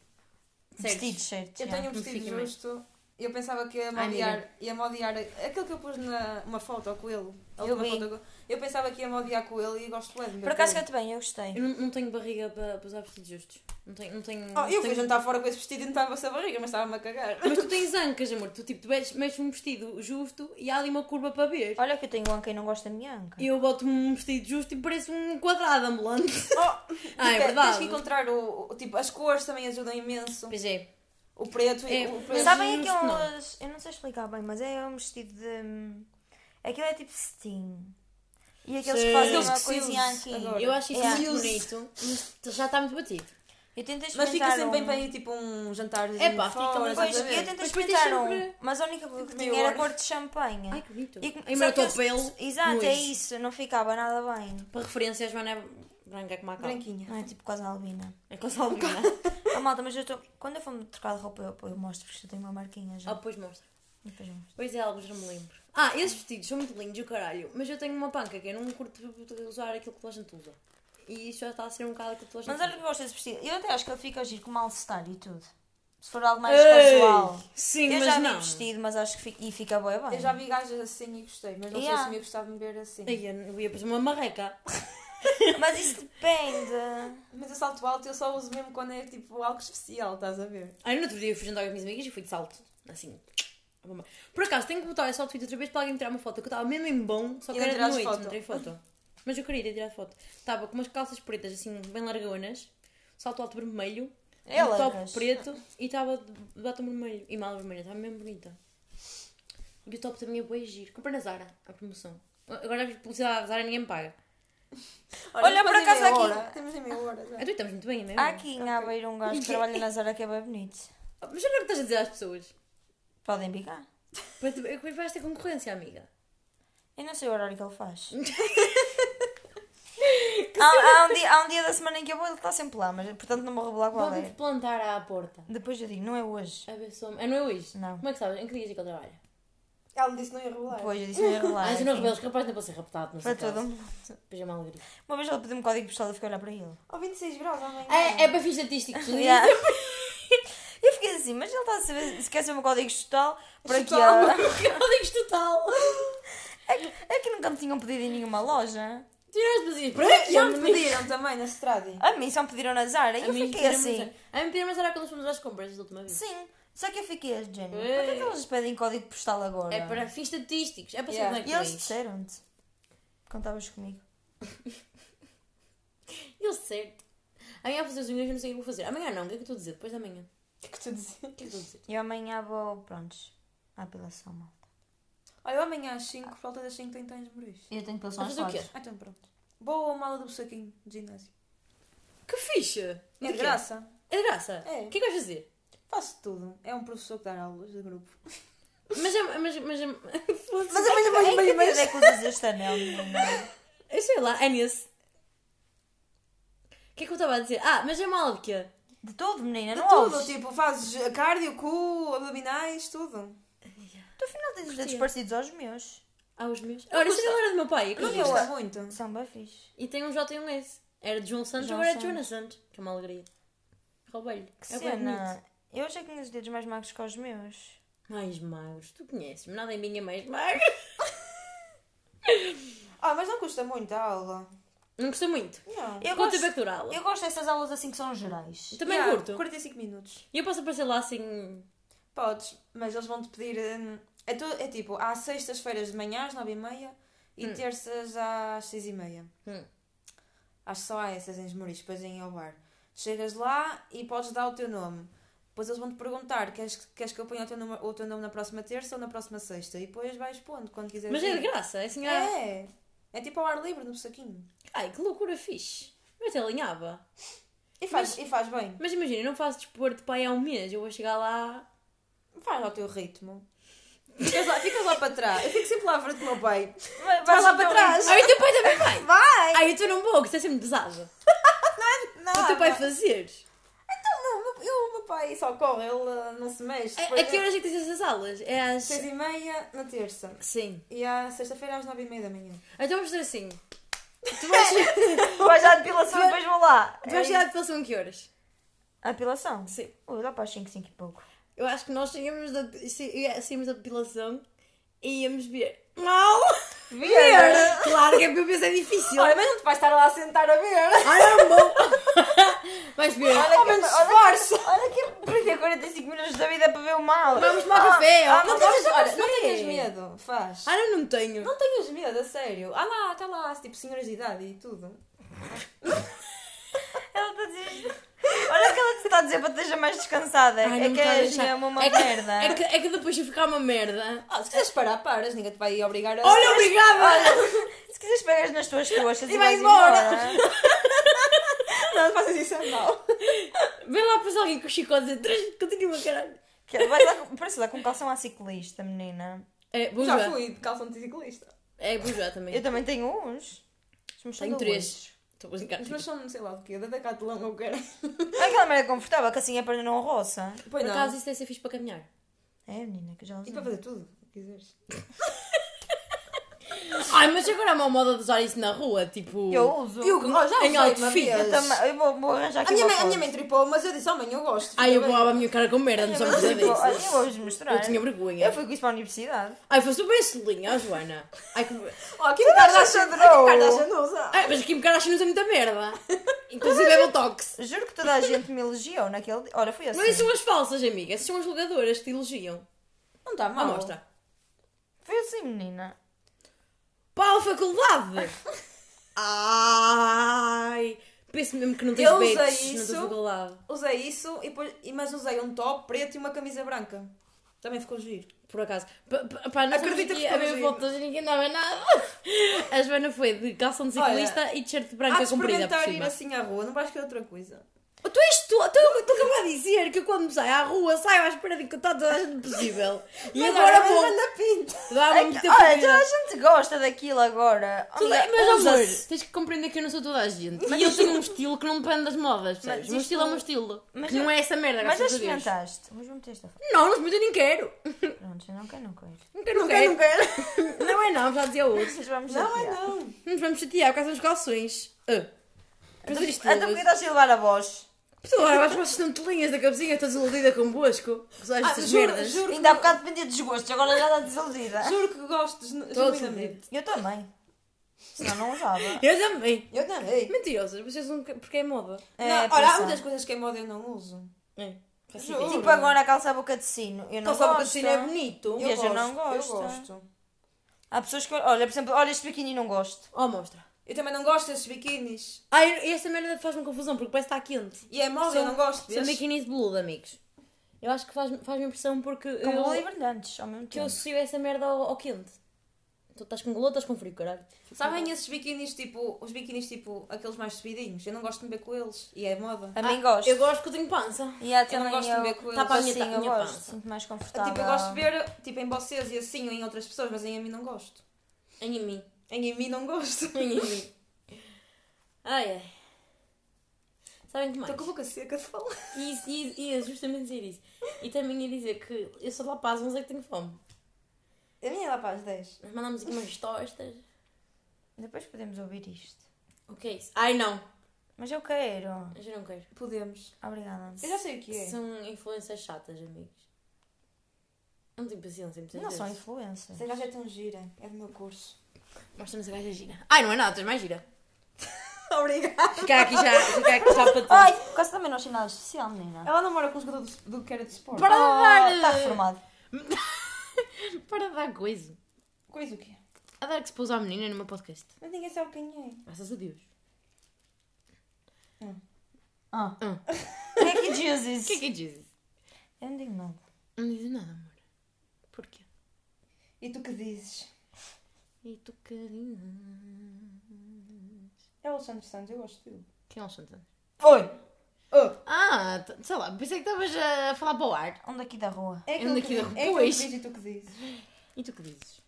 [SPEAKER 5] Vestidos certos.
[SPEAKER 4] Eu tenho
[SPEAKER 5] yeah.
[SPEAKER 4] um
[SPEAKER 3] que me
[SPEAKER 4] vestido
[SPEAKER 3] fica bem.
[SPEAKER 4] justo. Eu pensava que ia
[SPEAKER 3] Ai,
[SPEAKER 4] modiar, ia modiar aquilo que eu pus na uma foto com ele. a
[SPEAKER 5] Eu
[SPEAKER 4] última
[SPEAKER 5] vi.
[SPEAKER 4] foto com- eu pensava que ia modiar com ele e gosto de ele.
[SPEAKER 5] Por acaso que eu te bem, eu gostei.
[SPEAKER 3] Eu não, não tenho barriga para, para usar vestidos justos. Não tenho. Não tenho
[SPEAKER 4] Oh, eu
[SPEAKER 3] tenho...
[SPEAKER 4] fui jantar fora com esse vestido e não estava essa barriga, mas estava-me a cagar.
[SPEAKER 3] Mas tu tens ancas, amor. Tu tipo, tu mexes, mexes um vestido justo e há ali uma curva para ver.
[SPEAKER 5] Olha que eu tenho anca e não gosto da minha anca.
[SPEAKER 3] Eu boto-me um vestido justo e parece um quadrado ambulante.
[SPEAKER 4] Oh,
[SPEAKER 3] Ah, é
[SPEAKER 4] tipo,
[SPEAKER 3] verdade.
[SPEAKER 4] Tens que encontrar o, o- tipo, as cores também ajudam imenso.
[SPEAKER 3] Pois é.
[SPEAKER 4] O preto e
[SPEAKER 3] É,
[SPEAKER 4] o
[SPEAKER 3] mas
[SPEAKER 4] preto.
[SPEAKER 5] Sabem
[SPEAKER 3] justo não.
[SPEAKER 5] aqueles. Eu não sei explicar bem, mas é um vestido de. Aquilo é tipo steam. E aqueles
[SPEAKER 3] Sim.
[SPEAKER 5] que fazem
[SPEAKER 4] Aqueles
[SPEAKER 5] uma
[SPEAKER 4] que se
[SPEAKER 5] coisinha
[SPEAKER 4] usa
[SPEAKER 5] aqui.
[SPEAKER 4] agora.
[SPEAKER 3] Eu acho isso
[SPEAKER 5] Yeah.
[SPEAKER 3] muito bonito, mas já está muito batido.
[SPEAKER 5] Eu tentei experimentar.
[SPEAKER 4] Mas fica sempre bem
[SPEAKER 5] um- É
[SPEAKER 4] para ir tipo um jantar
[SPEAKER 3] Epá, fica muito
[SPEAKER 5] Pois,
[SPEAKER 3] Estás a ver?
[SPEAKER 5] eu tentei
[SPEAKER 3] Mas depois
[SPEAKER 5] experimentar
[SPEAKER 3] tens
[SPEAKER 5] um,
[SPEAKER 3] sempre-
[SPEAKER 5] mas a única coisa que tinha
[SPEAKER 4] Maior.
[SPEAKER 5] era cor de champanhe.
[SPEAKER 3] Ai, que bonito.
[SPEAKER 5] E-
[SPEAKER 3] E
[SPEAKER 5] só
[SPEAKER 3] meu
[SPEAKER 5] que eu-
[SPEAKER 3] pelo.
[SPEAKER 5] Exato,
[SPEAKER 3] nojo.
[SPEAKER 5] é isso, não ficava nada bem.
[SPEAKER 3] Para referência, a Joana é branca como a cara.
[SPEAKER 4] Branquinha.
[SPEAKER 5] Não é tipo quase albina.
[SPEAKER 3] É com salvina.
[SPEAKER 5] Ah, malta, mas eu estou. Quando eu for-me trocar de roupa, eu, eu mostro, porque eu tenho uma marquinha já.
[SPEAKER 3] Ah, pois mostra.
[SPEAKER 5] Depois eu mostro.
[SPEAKER 3] Pois é, alguns não me lembro. Ah, esses vestidos são muito lindos, o caralho. Mas eu tenho uma panca que eu não curto usar aquilo que toda a gente usa. E isso já está a ser um bocado aquilo que toda a gente
[SPEAKER 5] Mas olha que
[SPEAKER 3] usa.
[SPEAKER 5] eu gosto desse vestido. Eu até acho que ele fica giro com mal-estar e tudo. Se for algo mais casual.
[SPEAKER 3] Sim,
[SPEAKER 5] eu
[SPEAKER 3] mas
[SPEAKER 5] já vi
[SPEAKER 3] não.
[SPEAKER 5] vestido, mas acho que fica, e fica bué bem.
[SPEAKER 4] Eu já vi gajas assim e gostei, mas não
[SPEAKER 5] Yeah.
[SPEAKER 4] sei se me gostava de me ver assim.
[SPEAKER 3] Ai, eu ia pôr uma marreca.
[SPEAKER 5] Mas isso depende.
[SPEAKER 4] Mas o salto alto eu só uso mesmo quando é tipo algo especial, estás a ver?
[SPEAKER 3] Ai, no outro dia eu fui jantar com as minhas amigas e fui de salto. Assim. a bomba. Por acaso, tenho que botar esse outfit outra vez para alguém tirar uma foto. Que eu estava mesmo em bom, só
[SPEAKER 4] E
[SPEAKER 3] que
[SPEAKER 4] não
[SPEAKER 3] era de
[SPEAKER 4] tiraste
[SPEAKER 3] noite,
[SPEAKER 4] foto.
[SPEAKER 3] não tirei foto. Mas eu queria ir tirar foto. Estava com umas calças pretas, assim, bem largonas, salto alto vermelho,
[SPEAKER 5] É
[SPEAKER 3] um
[SPEAKER 5] largas.
[SPEAKER 3] top preto e estava de batom vermelho e mala vermelha. Estava mesmo bonita. E o top também é boi giro. Comprei na Zara, a promoção. Agora a publicidade da Zara ninguém me paga.
[SPEAKER 5] Olha,
[SPEAKER 4] temos
[SPEAKER 5] por
[SPEAKER 4] quase
[SPEAKER 5] acaso
[SPEAKER 4] meia
[SPEAKER 5] aqui-
[SPEAKER 4] hora. Temos em meia hora. já.
[SPEAKER 3] Ah, tu estamos muito bem, não é?
[SPEAKER 5] Há aqui em Aveiro um gajo que trabalha na Zara que é bem bonito.
[SPEAKER 3] Mas olha o que estás a dizer às pessoas.
[SPEAKER 5] Podem bicar.
[SPEAKER 3] Para tu- é que vais ter concorrência, amiga.
[SPEAKER 5] Eu não sei o horário que ele faz. há, há um dia, há um dia da semana em que eu vou, ele está sempre lá, mas portanto não vou revelar qual
[SPEAKER 3] Podem-te
[SPEAKER 5] é.
[SPEAKER 3] plantar à porta.
[SPEAKER 5] Depois eu digo, não é hoje.
[SPEAKER 3] Abençoa-me. Ah, não é hoje?
[SPEAKER 5] Não.
[SPEAKER 3] Como é que sabes? Em que dias é que ele trabalha?
[SPEAKER 4] Ela me disse que não ia rolar.
[SPEAKER 5] Depois eu disse, não é revelar.
[SPEAKER 3] Ah, se não
[SPEAKER 5] enfim.
[SPEAKER 3] rebeles, capaz de não ser raptado, não sei
[SPEAKER 5] Para
[SPEAKER 3] caso.
[SPEAKER 5] todo mundo.
[SPEAKER 3] Depois é uma alegria.
[SPEAKER 5] Uma vez ele pediu-me um código postal, eu fiquei a olhar para ele.
[SPEAKER 4] Oh, 26 graus amanhã.
[SPEAKER 3] É, é para fins estatísticos.
[SPEAKER 5] Yeah. eu fiquei assim, mas ele está a saber, se quer saber o meu código postal, para que
[SPEAKER 4] Postal.
[SPEAKER 5] hora?
[SPEAKER 3] Códigos total.
[SPEAKER 5] É que, é que nunca me tinham pedido em nenhuma loja.
[SPEAKER 3] Tiraste vazias.
[SPEAKER 4] Para
[SPEAKER 3] Para
[SPEAKER 4] Já me pediram também na Stradi.
[SPEAKER 5] A mim só me pediram na Zara e eu fiquei assim.
[SPEAKER 3] A mim pediram-me será quando fomos às compras da última vez.
[SPEAKER 5] Sim, só que eu fiquei, Jenny, por que é que eles pedem código postal agora?
[SPEAKER 3] É para fins estatísticos. É para
[SPEAKER 4] Yeah.
[SPEAKER 3] saber
[SPEAKER 5] E
[SPEAKER 3] como é
[SPEAKER 5] eles
[SPEAKER 3] que foi.
[SPEAKER 5] disseram-te. Contavas comigo.
[SPEAKER 3] Eles certo. Amanhã vou fazer os unhas, eu não sei o que vou fazer. Amanhã não, o que é que eu estou a dizer? Depois da manhã.
[SPEAKER 4] O que é que tu dizes?
[SPEAKER 3] O que é que eu estou a dizer?
[SPEAKER 5] E amanhã vou, prontos, à apelação, malta.
[SPEAKER 4] Olha, eu amanhã às 5, falta das 5 tenho tens moris.
[SPEAKER 5] Eu tenho apelação
[SPEAKER 3] Mas
[SPEAKER 5] às
[SPEAKER 3] o
[SPEAKER 5] quatro.
[SPEAKER 3] quê?
[SPEAKER 4] Ah, então pronto. Boa mala do saquinho de ginásio.
[SPEAKER 3] Que ficha!
[SPEAKER 4] É de graça.
[SPEAKER 3] É de graça?
[SPEAKER 4] É.
[SPEAKER 3] O que é que vais fazer?
[SPEAKER 4] Faço tudo. É um professor que dá aulas de grupo.
[SPEAKER 3] Mas é. Mas, mas, mas,
[SPEAKER 5] Mas amanhã vou ir Mas é que usas este anel, menina?
[SPEAKER 3] Eu sei lá, é nesse. O que é que eu estava a dizer? Ah, mas é mal de quê?
[SPEAKER 5] De todo, menina,
[SPEAKER 4] De
[SPEAKER 5] não
[SPEAKER 4] tudo,
[SPEAKER 5] ouves?
[SPEAKER 4] tipo, fazes cardio, cu, abdominais, tudo.
[SPEAKER 5] Tu afinal tens os dedos parecidos aos meus.
[SPEAKER 3] Ah, os meus? Olha, isso não era do meu pai. Eu
[SPEAKER 4] Não
[SPEAKER 3] não
[SPEAKER 5] é.
[SPEAKER 4] custa muito.
[SPEAKER 5] São bem fixe.
[SPEAKER 3] e tem um J e um S. Era de João Santos,
[SPEAKER 5] João
[SPEAKER 3] agora é de
[SPEAKER 5] Santos.
[SPEAKER 3] Joana Santos. Que é uma alegria. Roubei-lhe.
[SPEAKER 5] Que
[SPEAKER 3] É bem bonito.
[SPEAKER 5] cena. Eu achei que tinha os dedos mais magros que os meus.
[SPEAKER 3] Mais magros. Tu conheces-me. Nada em mim é mais magro.
[SPEAKER 4] Ah, mas não custa muito a aula.
[SPEAKER 3] Não gostou muito.
[SPEAKER 4] Não.
[SPEAKER 5] Eu
[SPEAKER 3] Quanto
[SPEAKER 5] gosto,
[SPEAKER 3] tempo é que dura a aula?
[SPEAKER 5] eu gosto dessas aulas assim que são gerais.
[SPEAKER 3] Também
[SPEAKER 4] Yeah,
[SPEAKER 3] curto.
[SPEAKER 4] 45 minutos.
[SPEAKER 3] E eu posso aparecer lá assim...
[SPEAKER 4] Podes, mas eles vão-te pedir. hum, É, tu- é tipo, há sextas-feiras de manhã às 9h30 e terças às 6h30.
[SPEAKER 3] Hum.
[SPEAKER 4] Acho que só há essas em Esmoriz, depois em ao bar. Chegas lá e podes dar o teu nome. Depois eles vão-te perguntar: queres, queres que eu ponha o teu, nome, o teu nome na próxima terça ou na próxima sexta? E depois vais pondo quando quiseres.
[SPEAKER 3] Mas é de
[SPEAKER 4] ir.
[SPEAKER 3] graça. É assim... ah,
[SPEAKER 4] É! É tipo ao ar livre, no saquinho.
[SPEAKER 3] Ai, que loucura fixe. Eu até alinhava.
[SPEAKER 4] E faz, e faz bem.
[SPEAKER 3] Mas imagina, eu não faço desporto pai há um mês. Eu vou chegar lá...
[SPEAKER 4] Faz ao teu ritmo. Ficas lá, ficas lá para trás. Eu fico sempre lá à frente do meu pai.
[SPEAKER 5] Vai,
[SPEAKER 4] Vai lá para trás.
[SPEAKER 3] Aí o teu pai também vai.
[SPEAKER 5] Vai!
[SPEAKER 3] Aí eu estou num pouco, está é sempre pesado.
[SPEAKER 4] Não,
[SPEAKER 5] Ah,
[SPEAKER 3] O teu pai fazeres.
[SPEAKER 4] não, meu- eu- o meu pai só corre, ele ah, não se mexe.
[SPEAKER 3] A,
[SPEAKER 4] Depois
[SPEAKER 3] a que horas é que tens essas aulas? É às.
[SPEAKER 4] Seis e meia na terça.
[SPEAKER 3] Sim.
[SPEAKER 4] E à sexta-feira às nove e meia da manhã.
[SPEAKER 3] Então vamos fazer assim. Tu vais,
[SPEAKER 5] Vais à depilação e depois vou é lá.
[SPEAKER 3] tu vais chegar à depilação a que horas?
[SPEAKER 5] A depilação?
[SPEAKER 3] Sim.
[SPEAKER 5] Ui, dá para as 5, 5 e pouco.
[SPEAKER 3] Eu acho que nós saímos da, sa- saímos da depilação e íamos ver. Mal!
[SPEAKER 5] Ver!
[SPEAKER 3] Claro que é para eu pensar é difícil.
[SPEAKER 4] Olha, mas não te vais estar lá a sentar a ver.
[SPEAKER 3] Olha, é um bom! Vais ver.
[SPEAKER 5] Olha que, olha, que, olha que perder 45 minutos da vida é para ver o mal.
[SPEAKER 3] Vamos tomar café.
[SPEAKER 5] ah,
[SPEAKER 3] vamos-
[SPEAKER 5] mas
[SPEAKER 4] Olha,
[SPEAKER 5] já
[SPEAKER 4] não
[SPEAKER 5] percebi.
[SPEAKER 4] tenhas medo, faz.
[SPEAKER 3] Ah, eu não tenho.
[SPEAKER 4] Não tenhas medo, a sério. Ah lá, está lá, tipo senhoras de idade e tudo.
[SPEAKER 5] Ela está a dizer isto. Olha o que ela te está a dizer para que esteja mais descansada.
[SPEAKER 3] Ai, não
[SPEAKER 5] é
[SPEAKER 3] me
[SPEAKER 5] que
[SPEAKER 3] está a
[SPEAKER 5] és
[SPEAKER 3] deixar.
[SPEAKER 5] mesmo uma
[SPEAKER 3] É que-
[SPEAKER 5] merda.
[SPEAKER 3] É que, é que depois eu ficar uma merda.
[SPEAKER 4] Ah, se quiseres parar, paras, ninguém te vai obrigar a.
[SPEAKER 3] Olha, obrigada!
[SPEAKER 5] Se quiseres pegas nas tuas coxas e,
[SPEAKER 4] E vais
[SPEAKER 5] vais embora.
[SPEAKER 4] não faças isso é mal.
[SPEAKER 3] Vem lá para alguém com o chicote dizer, "Três, continua, caralho.
[SPEAKER 5] Que ela vai lá, com- parece lá com calção à ciclista, menina.
[SPEAKER 3] É,
[SPEAKER 4] Já
[SPEAKER 3] bourgeois.
[SPEAKER 4] fui de calção de ciclista.
[SPEAKER 3] É, bourgeois também.
[SPEAKER 5] Eu também tenho uns. Os meus são
[SPEAKER 3] Tenho
[SPEAKER 5] de
[SPEAKER 3] três. Estou a brincar.
[SPEAKER 4] Os meus são, sei lá do quê, da Decathlon ou o que era.
[SPEAKER 5] luz. Aquela merda confortável que assim a perna não roça.
[SPEAKER 3] Por
[SPEAKER 4] Pois não.
[SPEAKER 3] acaso isso deve ser fixe para caminhar.
[SPEAKER 5] É, menina, que já
[SPEAKER 4] E
[SPEAKER 5] usei.
[SPEAKER 4] para fazer tudo, o que quiseres.
[SPEAKER 3] Ai, mas agora é uma moda de usar isso na rua, tipo...
[SPEAKER 5] Eu uso.
[SPEAKER 4] Eu gosto, já
[SPEAKER 3] Em
[SPEAKER 4] usei uma
[SPEAKER 3] outfit.
[SPEAKER 4] vez.
[SPEAKER 5] Eu também- eu vou, vou arranjar aqui
[SPEAKER 4] A minha,
[SPEAKER 5] uma
[SPEAKER 4] mãe, a minha
[SPEAKER 5] foto.
[SPEAKER 4] mãe tripou, mas eu disse, oh mãe, eu gosto.
[SPEAKER 3] Ai, eu
[SPEAKER 4] Fica bem. É
[SPEAKER 3] voava a minha cara com merda, não somos nada
[SPEAKER 5] Tipo, olha,
[SPEAKER 3] disso.
[SPEAKER 5] eu vou-vos mostrar.
[SPEAKER 3] Eu tinha vergonha.
[SPEAKER 5] Eu fui com isso para a universidade.
[SPEAKER 3] Ai, foi super selinha, ó Joana. Ai, que...
[SPEAKER 4] Oh, Kim
[SPEAKER 5] Tu não
[SPEAKER 4] Kardashian,
[SPEAKER 5] achas
[SPEAKER 4] a Kim
[SPEAKER 5] drôl?
[SPEAKER 4] Kardashian não usa.
[SPEAKER 3] Ai, mas aqui me Kardashian usa é muita merda. Inclusive é Botox.
[SPEAKER 5] Juro que toda a gente me elogiou naquele dia. Ora, fui assim.
[SPEAKER 3] Mas isso são as falsas, amiga. Essas são as jogadoras que te elogiam.
[SPEAKER 4] Não está
[SPEAKER 3] Ah,
[SPEAKER 4] mal.
[SPEAKER 3] mostra.
[SPEAKER 5] Fui assim, menina.
[SPEAKER 3] Pau, a faculdade! Ai! Penso mesmo que não tens
[SPEAKER 4] Eu usei
[SPEAKER 3] beijos na
[SPEAKER 4] isso.
[SPEAKER 3] tua faculdade.
[SPEAKER 4] Usei isso, e depois, e- mas usei um top preto e uma camisa branca. Também ficou giro.
[SPEAKER 3] Por acaso. Pa- pa- Pá, nós
[SPEAKER 4] Acredita
[SPEAKER 3] Acredito aqui
[SPEAKER 4] que
[SPEAKER 3] a
[SPEAKER 4] ficou
[SPEAKER 3] ver
[SPEAKER 4] giro.
[SPEAKER 3] fotos e ninguém dava nada. A Joana foi de calção de ciclista e t-shirt
[SPEAKER 4] Há
[SPEAKER 3] branca
[SPEAKER 4] de
[SPEAKER 3] comprida por
[SPEAKER 4] experimentar ir
[SPEAKER 3] cima.
[SPEAKER 4] assim à rua, não vais querer outra coisa.
[SPEAKER 3] Oh, Tu és tu, tu, tu acabas de dizer que quando me saio à rua saio à espera de encontrar toda a gente possível. E agora vou.
[SPEAKER 4] na pinta.
[SPEAKER 3] Dá-me muita
[SPEAKER 5] É Olha, toda
[SPEAKER 3] comida.
[SPEAKER 5] a gente gosta daquilo agora.
[SPEAKER 3] Tudo
[SPEAKER 5] Olha,
[SPEAKER 3] bem, Mas amor,
[SPEAKER 5] usa-se.
[SPEAKER 3] tens que compreender que eu não sou toda a gente. e eu tenho um estilo que não depende das modas, percebes?
[SPEAKER 5] Mas
[SPEAKER 3] O meu estilo é o meu
[SPEAKER 5] isto-
[SPEAKER 3] estilo.
[SPEAKER 5] mas
[SPEAKER 3] não é essa merda,
[SPEAKER 5] Mas já
[SPEAKER 3] graças a Deus.
[SPEAKER 5] experimentaste. Mas vou meter esta foto.
[SPEAKER 3] Não, não, mas eu nem quero.
[SPEAKER 5] Pronto, já não quero, não quero.
[SPEAKER 3] Não quero, não quero. Não é não, já dizia outro.
[SPEAKER 5] Vocês vão me
[SPEAKER 4] Não, é
[SPEAKER 5] chatear.
[SPEAKER 4] não.
[SPEAKER 3] Nos vamos chatear por causa dos calções. Ah. Mas isto. é
[SPEAKER 5] Então porquê estás a elevar a voz?
[SPEAKER 3] Pessoal, agora vais para as tantelinhas da cabecinha, estás iludida convosco. Pessoal,
[SPEAKER 4] Ah,
[SPEAKER 3] estas
[SPEAKER 4] juro,
[SPEAKER 3] merdas.
[SPEAKER 4] juro,
[SPEAKER 5] Ainda há bocado dependia dos gostos, agora já está desiludida.
[SPEAKER 4] juro que gosto genu- genuinamente.
[SPEAKER 5] Eu também. Senão não usava.
[SPEAKER 3] Eu também.
[SPEAKER 4] Eu também.
[SPEAKER 3] Mentirosas, vocês não. Porque é moda.
[SPEAKER 5] É,
[SPEAKER 4] Não, olha,
[SPEAKER 5] pensar.
[SPEAKER 4] há muitas coisas que em moda eu não uso.
[SPEAKER 3] É. Faz
[SPEAKER 4] Juro.
[SPEAKER 3] sentido.
[SPEAKER 5] Tipo agora a calça à boca de sino. Eu não
[SPEAKER 3] Calça à boca de
[SPEAKER 5] gosto.
[SPEAKER 3] sino é bonito.
[SPEAKER 5] Eu
[SPEAKER 4] gosto,
[SPEAKER 5] não gosto.
[SPEAKER 4] Eu gosto.
[SPEAKER 5] Há pessoas que. Olha, por exemplo, olha este biquíni não gosto.
[SPEAKER 3] Ó, Oh, mostra.
[SPEAKER 4] Eu também não gosto desses biquinis.
[SPEAKER 3] Ai, esta merda faz-me confusão porque parece que está quente.
[SPEAKER 4] E é moda, eu não
[SPEAKER 3] São
[SPEAKER 4] gosto desses.
[SPEAKER 3] biquinis de bluda, amigos. Eu acho que faz- faz-me impressão porque.
[SPEAKER 5] Com
[SPEAKER 3] eu-
[SPEAKER 5] bolo e brilhantes ao mesmo
[SPEAKER 3] que eu
[SPEAKER 5] tempo.
[SPEAKER 3] associo essa merda ao, ao quente. Tu estás com calor, estás com frio, caralho.
[SPEAKER 4] Sabem esses biquinis tipo, os biquinis tipo, aqueles mais subidinhos? Eu não gosto de me ver com eles. E é moda.
[SPEAKER 5] A mim gosto.
[SPEAKER 3] Ah, Eu gosto que eu tenho pança.
[SPEAKER 5] E há
[SPEAKER 4] Eu não
[SPEAKER 5] também
[SPEAKER 4] gosto de me ver com eles.
[SPEAKER 3] Tá para a minha-
[SPEAKER 5] Sim, assim, eu
[SPEAKER 3] minha
[SPEAKER 5] gosto.
[SPEAKER 3] pança.
[SPEAKER 5] Sinto mais confortável.
[SPEAKER 4] Tipo, eu gosto de ver tipo, em vocês e assim ou em outras pessoas, mas em mim não gosto.
[SPEAKER 3] Em mim.
[SPEAKER 4] Em mim não gosto.
[SPEAKER 3] Em mim. Ai, ai. Sabem que mais?
[SPEAKER 4] Estou com a boca seca de falar.
[SPEAKER 3] E, isso- e, e Então, é justamente dizer isso. E também ia dizer que eu sou de La Paz, mas é que tenho fome.
[SPEAKER 4] A minha lá para as 10.
[SPEAKER 3] Nós mandamos aqui umas tostas.
[SPEAKER 5] Depois podemos ouvir isto.
[SPEAKER 3] O que é isso? Ai, não.
[SPEAKER 5] Mas eu quero.
[SPEAKER 3] Mas eu não quero.
[SPEAKER 4] Podemos.
[SPEAKER 5] Obrigada.
[SPEAKER 4] Eu já sei o que é.
[SPEAKER 3] São influências chatas, amigos. Eu Não tenho paciência, muitas
[SPEAKER 5] Não são
[SPEAKER 3] vezes.
[SPEAKER 5] influências.
[SPEAKER 4] Essa gaja é tão gira. É do meu curso.
[SPEAKER 3] Mostra-nos a gaja gira. Ai, não é nada, tens mais gira.
[SPEAKER 4] Obrigada.
[SPEAKER 3] Ficar aqui já, ficar aqui já para ti.
[SPEAKER 5] Ai, É um quase também não achei nada especial, menina.
[SPEAKER 4] Ela namora com os jogador do, do que era de esporte.
[SPEAKER 3] Para dar.
[SPEAKER 5] Está reformado.
[SPEAKER 3] Para dar coisa.
[SPEAKER 4] Coisa o quê?
[SPEAKER 3] A dar que se pôs à menina no meu podcast.
[SPEAKER 4] Mas ninguém sabe quem é.
[SPEAKER 3] Graças a Deus.
[SPEAKER 5] Ah.
[SPEAKER 3] Hum.
[SPEAKER 5] Quem é que
[SPEAKER 3] O
[SPEAKER 5] diz
[SPEAKER 3] que é
[SPEAKER 5] isso?
[SPEAKER 3] que dizes?
[SPEAKER 5] Eu não digo nada.
[SPEAKER 3] Não dizes nada, amor. Porquê?
[SPEAKER 4] E tu que dizes?
[SPEAKER 3] E tu carinha.
[SPEAKER 4] É o Alexandre Santos, eu gosto dele.
[SPEAKER 3] Quem é o Santana?
[SPEAKER 5] Oi!
[SPEAKER 4] Oh,
[SPEAKER 3] Ah, t- sei lá, pensei que estavas a falar para o ar.
[SPEAKER 5] Onde aqui da rua?
[SPEAKER 4] É
[SPEAKER 3] aquele que daqui da diz- rua, é aquele que pois.
[SPEAKER 4] diz e tu que dizes.
[SPEAKER 3] E tu que dizes?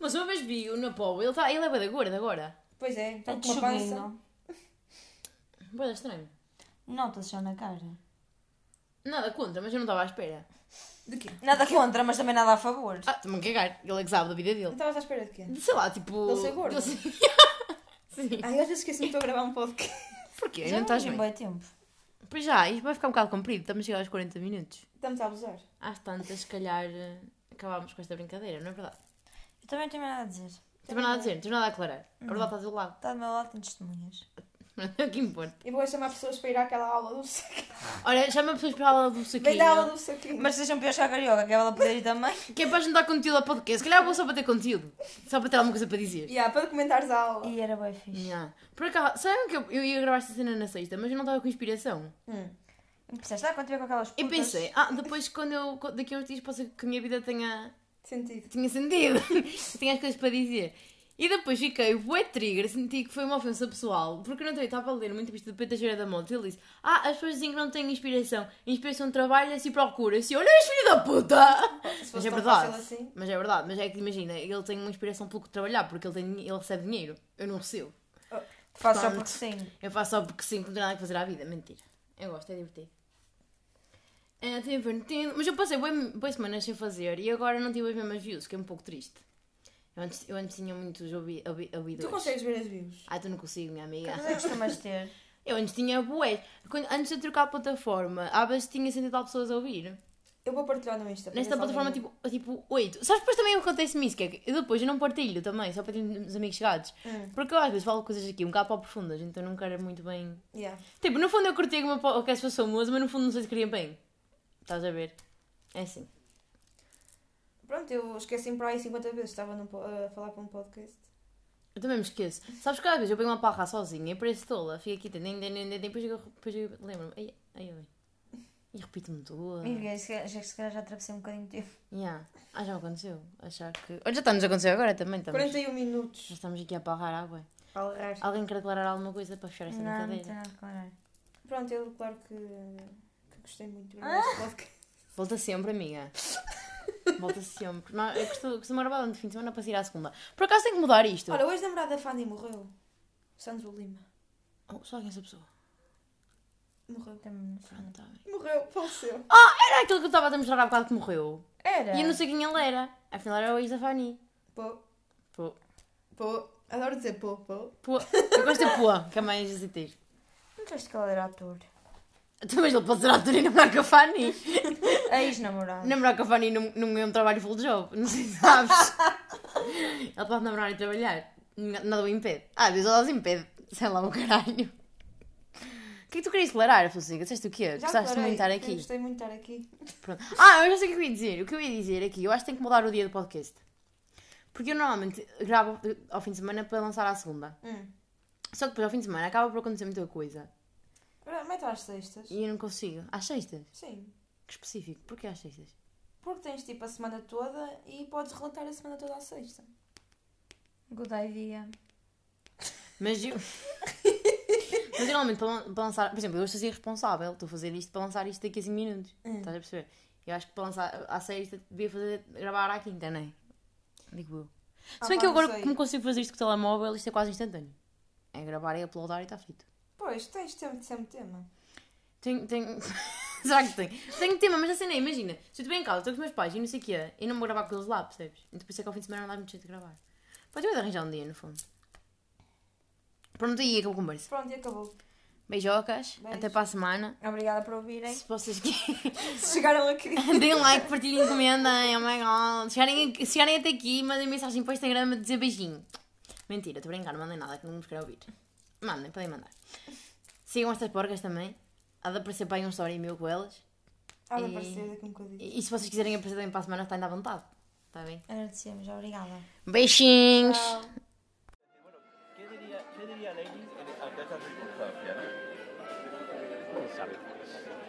[SPEAKER 3] Mas uma vez vi o Napo, ele, tá, ele é bué da gordo agora.
[SPEAKER 4] Pois é, está
[SPEAKER 5] Está
[SPEAKER 4] com
[SPEAKER 5] te
[SPEAKER 4] uma pança.
[SPEAKER 5] subindo.
[SPEAKER 3] Bué da estranho.
[SPEAKER 5] Nota-se já na cara.
[SPEAKER 3] Nada contra, mas eu não estava à espera.
[SPEAKER 4] De quê?
[SPEAKER 5] Nada contra, mas também nada a favor.
[SPEAKER 3] Ah, também cagar, ele é que sabe da vida
[SPEAKER 4] Não
[SPEAKER 3] dele.
[SPEAKER 4] estavas à espera de quê?
[SPEAKER 3] De, Sei lá, tipo.
[SPEAKER 4] Dele ser gordo.
[SPEAKER 3] dele ser- Sim.
[SPEAKER 4] Ai, às vezes esqueço-me que estou a gravar um podcast.
[SPEAKER 3] Porquê?
[SPEAKER 5] Já
[SPEAKER 3] não estás
[SPEAKER 5] vi
[SPEAKER 3] bem.
[SPEAKER 5] bué tempo.
[SPEAKER 3] Pois já, isto vai ficar um bocado comprido, estamos a chegar aos 40 minutos.
[SPEAKER 4] Estamos a abusar.
[SPEAKER 3] Às tantas, se calhar, eh, acabámos com esta brincadeira, não é verdade?
[SPEAKER 5] Eu também não tenho nada a dizer.
[SPEAKER 3] Não temos nada a dizer, não temos nada a aclarar. A verdade está do lado.
[SPEAKER 5] Está do meu lado, tem testemunhas.
[SPEAKER 3] Não é o que importa.
[SPEAKER 4] E vou chamar pessoas para ir àquela aula do saquinho.
[SPEAKER 3] Olha, chama pessoas para a aula do
[SPEAKER 4] Vem da
[SPEAKER 3] saquinho.
[SPEAKER 4] aula do saquinho.
[SPEAKER 5] Mas sejam piores que a carioca, que ela poder ir também.
[SPEAKER 3] Que é para juntar conteúdo ao podcast. Se calhar vou só para ter conteúdo. Só para ter alguma coisa para dizer.
[SPEAKER 4] Yeah, para comentares a aula.
[SPEAKER 5] E era bem fixe.
[SPEAKER 3] Yeah. Por acaso, sabem que eu, eu ia gravar esta cena na sexta, mas eu não estava com inspiração.
[SPEAKER 5] E pensaste, ah, quando tiver com aquelas putas.
[SPEAKER 3] E pensei, ah, depois quando eu, quando- daqui a uns dias, posso que a minha vida tenha,
[SPEAKER 4] Sentido.
[SPEAKER 3] tinha sentido. tinha as coisas para dizer. E depois fiquei bué trigger, senti que foi uma ofensa pessoal, porque eu não estava a ler uma entrevista de Petageira da Monte e ele disse Ah, as pessoas dizem que não têm inspiração, inspiração trabalha-se e procura-se, olha és filho da puta!
[SPEAKER 4] Se
[SPEAKER 3] Mas
[SPEAKER 4] fosse
[SPEAKER 3] é
[SPEAKER 4] tão
[SPEAKER 3] verdade,
[SPEAKER 4] fácil assim.
[SPEAKER 3] mas é verdade, mas é que imagina, ele tem uma inspiração pelo que trabalhar, porque ele, tem, ele recebe dinheiro, eu não recebo.
[SPEAKER 5] Faço só
[SPEAKER 3] Portanto.
[SPEAKER 5] porque sim.
[SPEAKER 3] Eu faço só porque sim, que não tenho nada que fazer à vida. Mentira. Eu gosto, é divertido. É divertido. Mas eu passei boas semanas sem fazer e agora não tive as mesmas views, que é um pouco triste. Eu antes, eu antes tinha muitos ouvi- ouvi-
[SPEAKER 4] Tu
[SPEAKER 3] ouvidores.
[SPEAKER 4] consegues ver as views?
[SPEAKER 3] Ah, tu não consigo, minha amiga.
[SPEAKER 5] Mas é que costumas ter.
[SPEAKER 3] Eu antes tinha bué. Quando- Antes de eu trocar a plataforma, há vezes tinha cento e tal pessoas a ouvir.
[SPEAKER 4] Eu vou partilhar no Insta. para ver
[SPEAKER 3] Nesta
[SPEAKER 4] se alguém
[SPEAKER 3] plataforma,
[SPEAKER 4] vê.
[SPEAKER 3] tipo, tipo 8. Sabes depois também o que acontece-me isso, que é que eu depois eu não partilho também, só para ter uns amigos chegados.
[SPEAKER 4] Hum.
[SPEAKER 3] Porque eu às vezes falo coisas aqui um bocado para profundas, então eu não quero muito bem
[SPEAKER 4] Yeah.
[SPEAKER 3] Tipo, no fundo eu curti que o meu podcast fosse famoso, mas no fundo não sei se queria bem. Estás a ver? É assim.
[SPEAKER 4] Pronto, eu esqueci-me para aí 50 vezes. Estava num po- a falar para um podcast.
[SPEAKER 3] Eu também me esqueço. Sabes que às vezes eu pego uma parra sozinha e pareço tola. Fico aqui, nem, nem, nem, nem, depois eu, depois eu lembro-me. Ai, ai, ai. E repito-me toda.
[SPEAKER 5] E se calhar- já, é se calhar já atravessei um bocadinho de tempo.
[SPEAKER 3] Yeah. Ah, já aconteceu. Achar que. Olha, já está-nos a acontecer agora também. Estamos,
[SPEAKER 4] 41
[SPEAKER 3] Já
[SPEAKER 4] minutos.
[SPEAKER 3] estamos aqui a parrar água.
[SPEAKER 4] Algar.
[SPEAKER 3] Alguém quer declarar alguma coisa para fechar esta
[SPEAKER 5] Não, não
[SPEAKER 3] brincadeira?
[SPEAKER 5] tem nada a declarar.
[SPEAKER 4] Pronto, eu claro que, que gostei muito do nosso podcast.
[SPEAKER 3] Volta sempre, amiga. Volta sempre. Não, eu costumo, costumo gravar durante o fim de semana para sair à segunda. Por acaso tenho que mudar isto.
[SPEAKER 4] Olha, hoje a namorada da Fanny morreu. Sandro Lima.
[SPEAKER 3] Oh, só quem é essa pessoa.
[SPEAKER 4] Morreu.
[SPEAKER 5] Também não sei.
[SPEAKER 3] Pronto, está bem.
[SPEAKER 4] Morreu, faleceu.
[SPEAKER 3] Era aquele É que eu estava a te mostrar há bocado que morreu.
[SPEAKER 5] Era.
[SPEAKER 3] E eu não sei quem ele era. Afinal era o ex da Fanny.
[SPEAKER 4] Pô,
[SPEAKER 3] Pô.
[SPEAKER 4] pô. Adoro dizer pô, pô.
[SPEAKER 3] Pô. Eu gosto de pô, que é mais hesitante.
[SPEAKER 5] Não disseste que ela era ator.
[SPEAKER 3] Então, mas ele pode ser ator e namorar com a Fanny.
[SPEAKER 5] Ex-namorado.
[SPEAKER 3] Namorar com a Fanny não, não é um trabalho full job. Não sei se sabes. ele pode namorar e trabalhar. N- Nada o impede. Ah, Deus, ela os impede. Sei lá, o caralho. O que é que tu querias declarar, Afonso? Disseste o quê? Gostaste muito de estar
[SPEAKER 4] Eu
[SPEAKER 3] aqui?
[SPEAKER 4] Gostei muito de estar aqui.
[SPEAKER 3] Pronto. Ah, eu já sei o que eu ia dizer. O que eu ia dizer aqui, eu acho que tenho que mudar o dia do podcast. Porque eu normalmente gravo ao fim de semana para lançar à segunda.
[SPEAKER 4] Hum.
[SPEAKER 3] Só que depois ao fim de semana acaba por acontecer muita coisa.
[SPEAKER 4] Ora, Mete às sextas.
[SPEAKER 3] E eu não consigo. Às sextas?
[SPEAKER 4] Sim.
[SPEAKER 3] Que específico. Porquê às sextas?
[SPEAKER 4] Porque tens tipo a semana toda e podes relatar a semana toda à sexta.
[SPEAKER 5] Good idea.
[SPEAKER 3] Mas eu. Mas eu normalmente para lan- para lançar. Por exemplo, eu estou a ser irresponsável. Estou a fazer isto para lançar isto daqui a 5 minutos.
[SPEAKER 4] É.
[SPEAKER 3] Estás a perceber? Eu acho que para lançar à sexta devia fazer, gravar à quinta, não é? Digo eu.
[SPEAKER 4] Ah,
[SPEAKER 3] Se bem
[SPEAKER 4] pá,
[SPEAKER 3] que eu
[SPEAKER 4] não
[SPEAKER 3] agora,
[SPEAKER 4] sei.
[SPEAKER 3] como consigo fazer isto com o telemóvel, isto é quase instantâneo. É gravar e uploadar e está feito.
[SPEAKER 4] Pois, tens sempre, sempre um tema.
[SPEAKER 3] Tenho, tenho... Será que tenho? Tenho tema, mas assim, nem imagina. Se eu estiver em casa, estou com os meus pais e não sei o quê, e não vou gravar com eles lá, percebes? Então por isso é que ao fim de semana não dá muito jeito de gravar. Pode eu arranjar um dia, no fundo. Pronto, aí acabou a conversa.
[SPEAKER 4] Pronto, e acabou.
[SPEAKER 3] Beijocas,
[SPEAKER 4] Beijo.
[SPEAKER 3] até para a semana.
[SPEAKER 5] Obrigada por ouvirem.
[SPEAKER 3] Se vocês quiserem,
[SPEAKER 4] Se chegaram aqui.
[SPEAKER 3] deem like, partilhem, comentem, oh my god. Se chegarem, se chegarem até aqui, mandem mensagem para o Instagram a dizer beijinho. Mentira, estou a brincar, não mandem nada, que não nos quer ouvir. Mandem, podem mandar. Sigam estas porcas também. Há de aparecer para aí um story meu com elas.
[SPEAKER 4] Ah, vai
[SPEAKER 3] E-
[SPEAKER 4] aparecer daqui um bocadinho.
[SPEAKER 3] E se vocês quiserem aparecer também para a semana, está ainda à vontade. Está bem?
[SPEAKER 5] Agradecemos, obrigada.
[SPEAKER 3] Beijinhos!
[SPEAKER 1] Bueno, ¿qué diría, qué diría Lenin en- ante esta circunstancia? no?
[SPEAKER 2] Não sabe.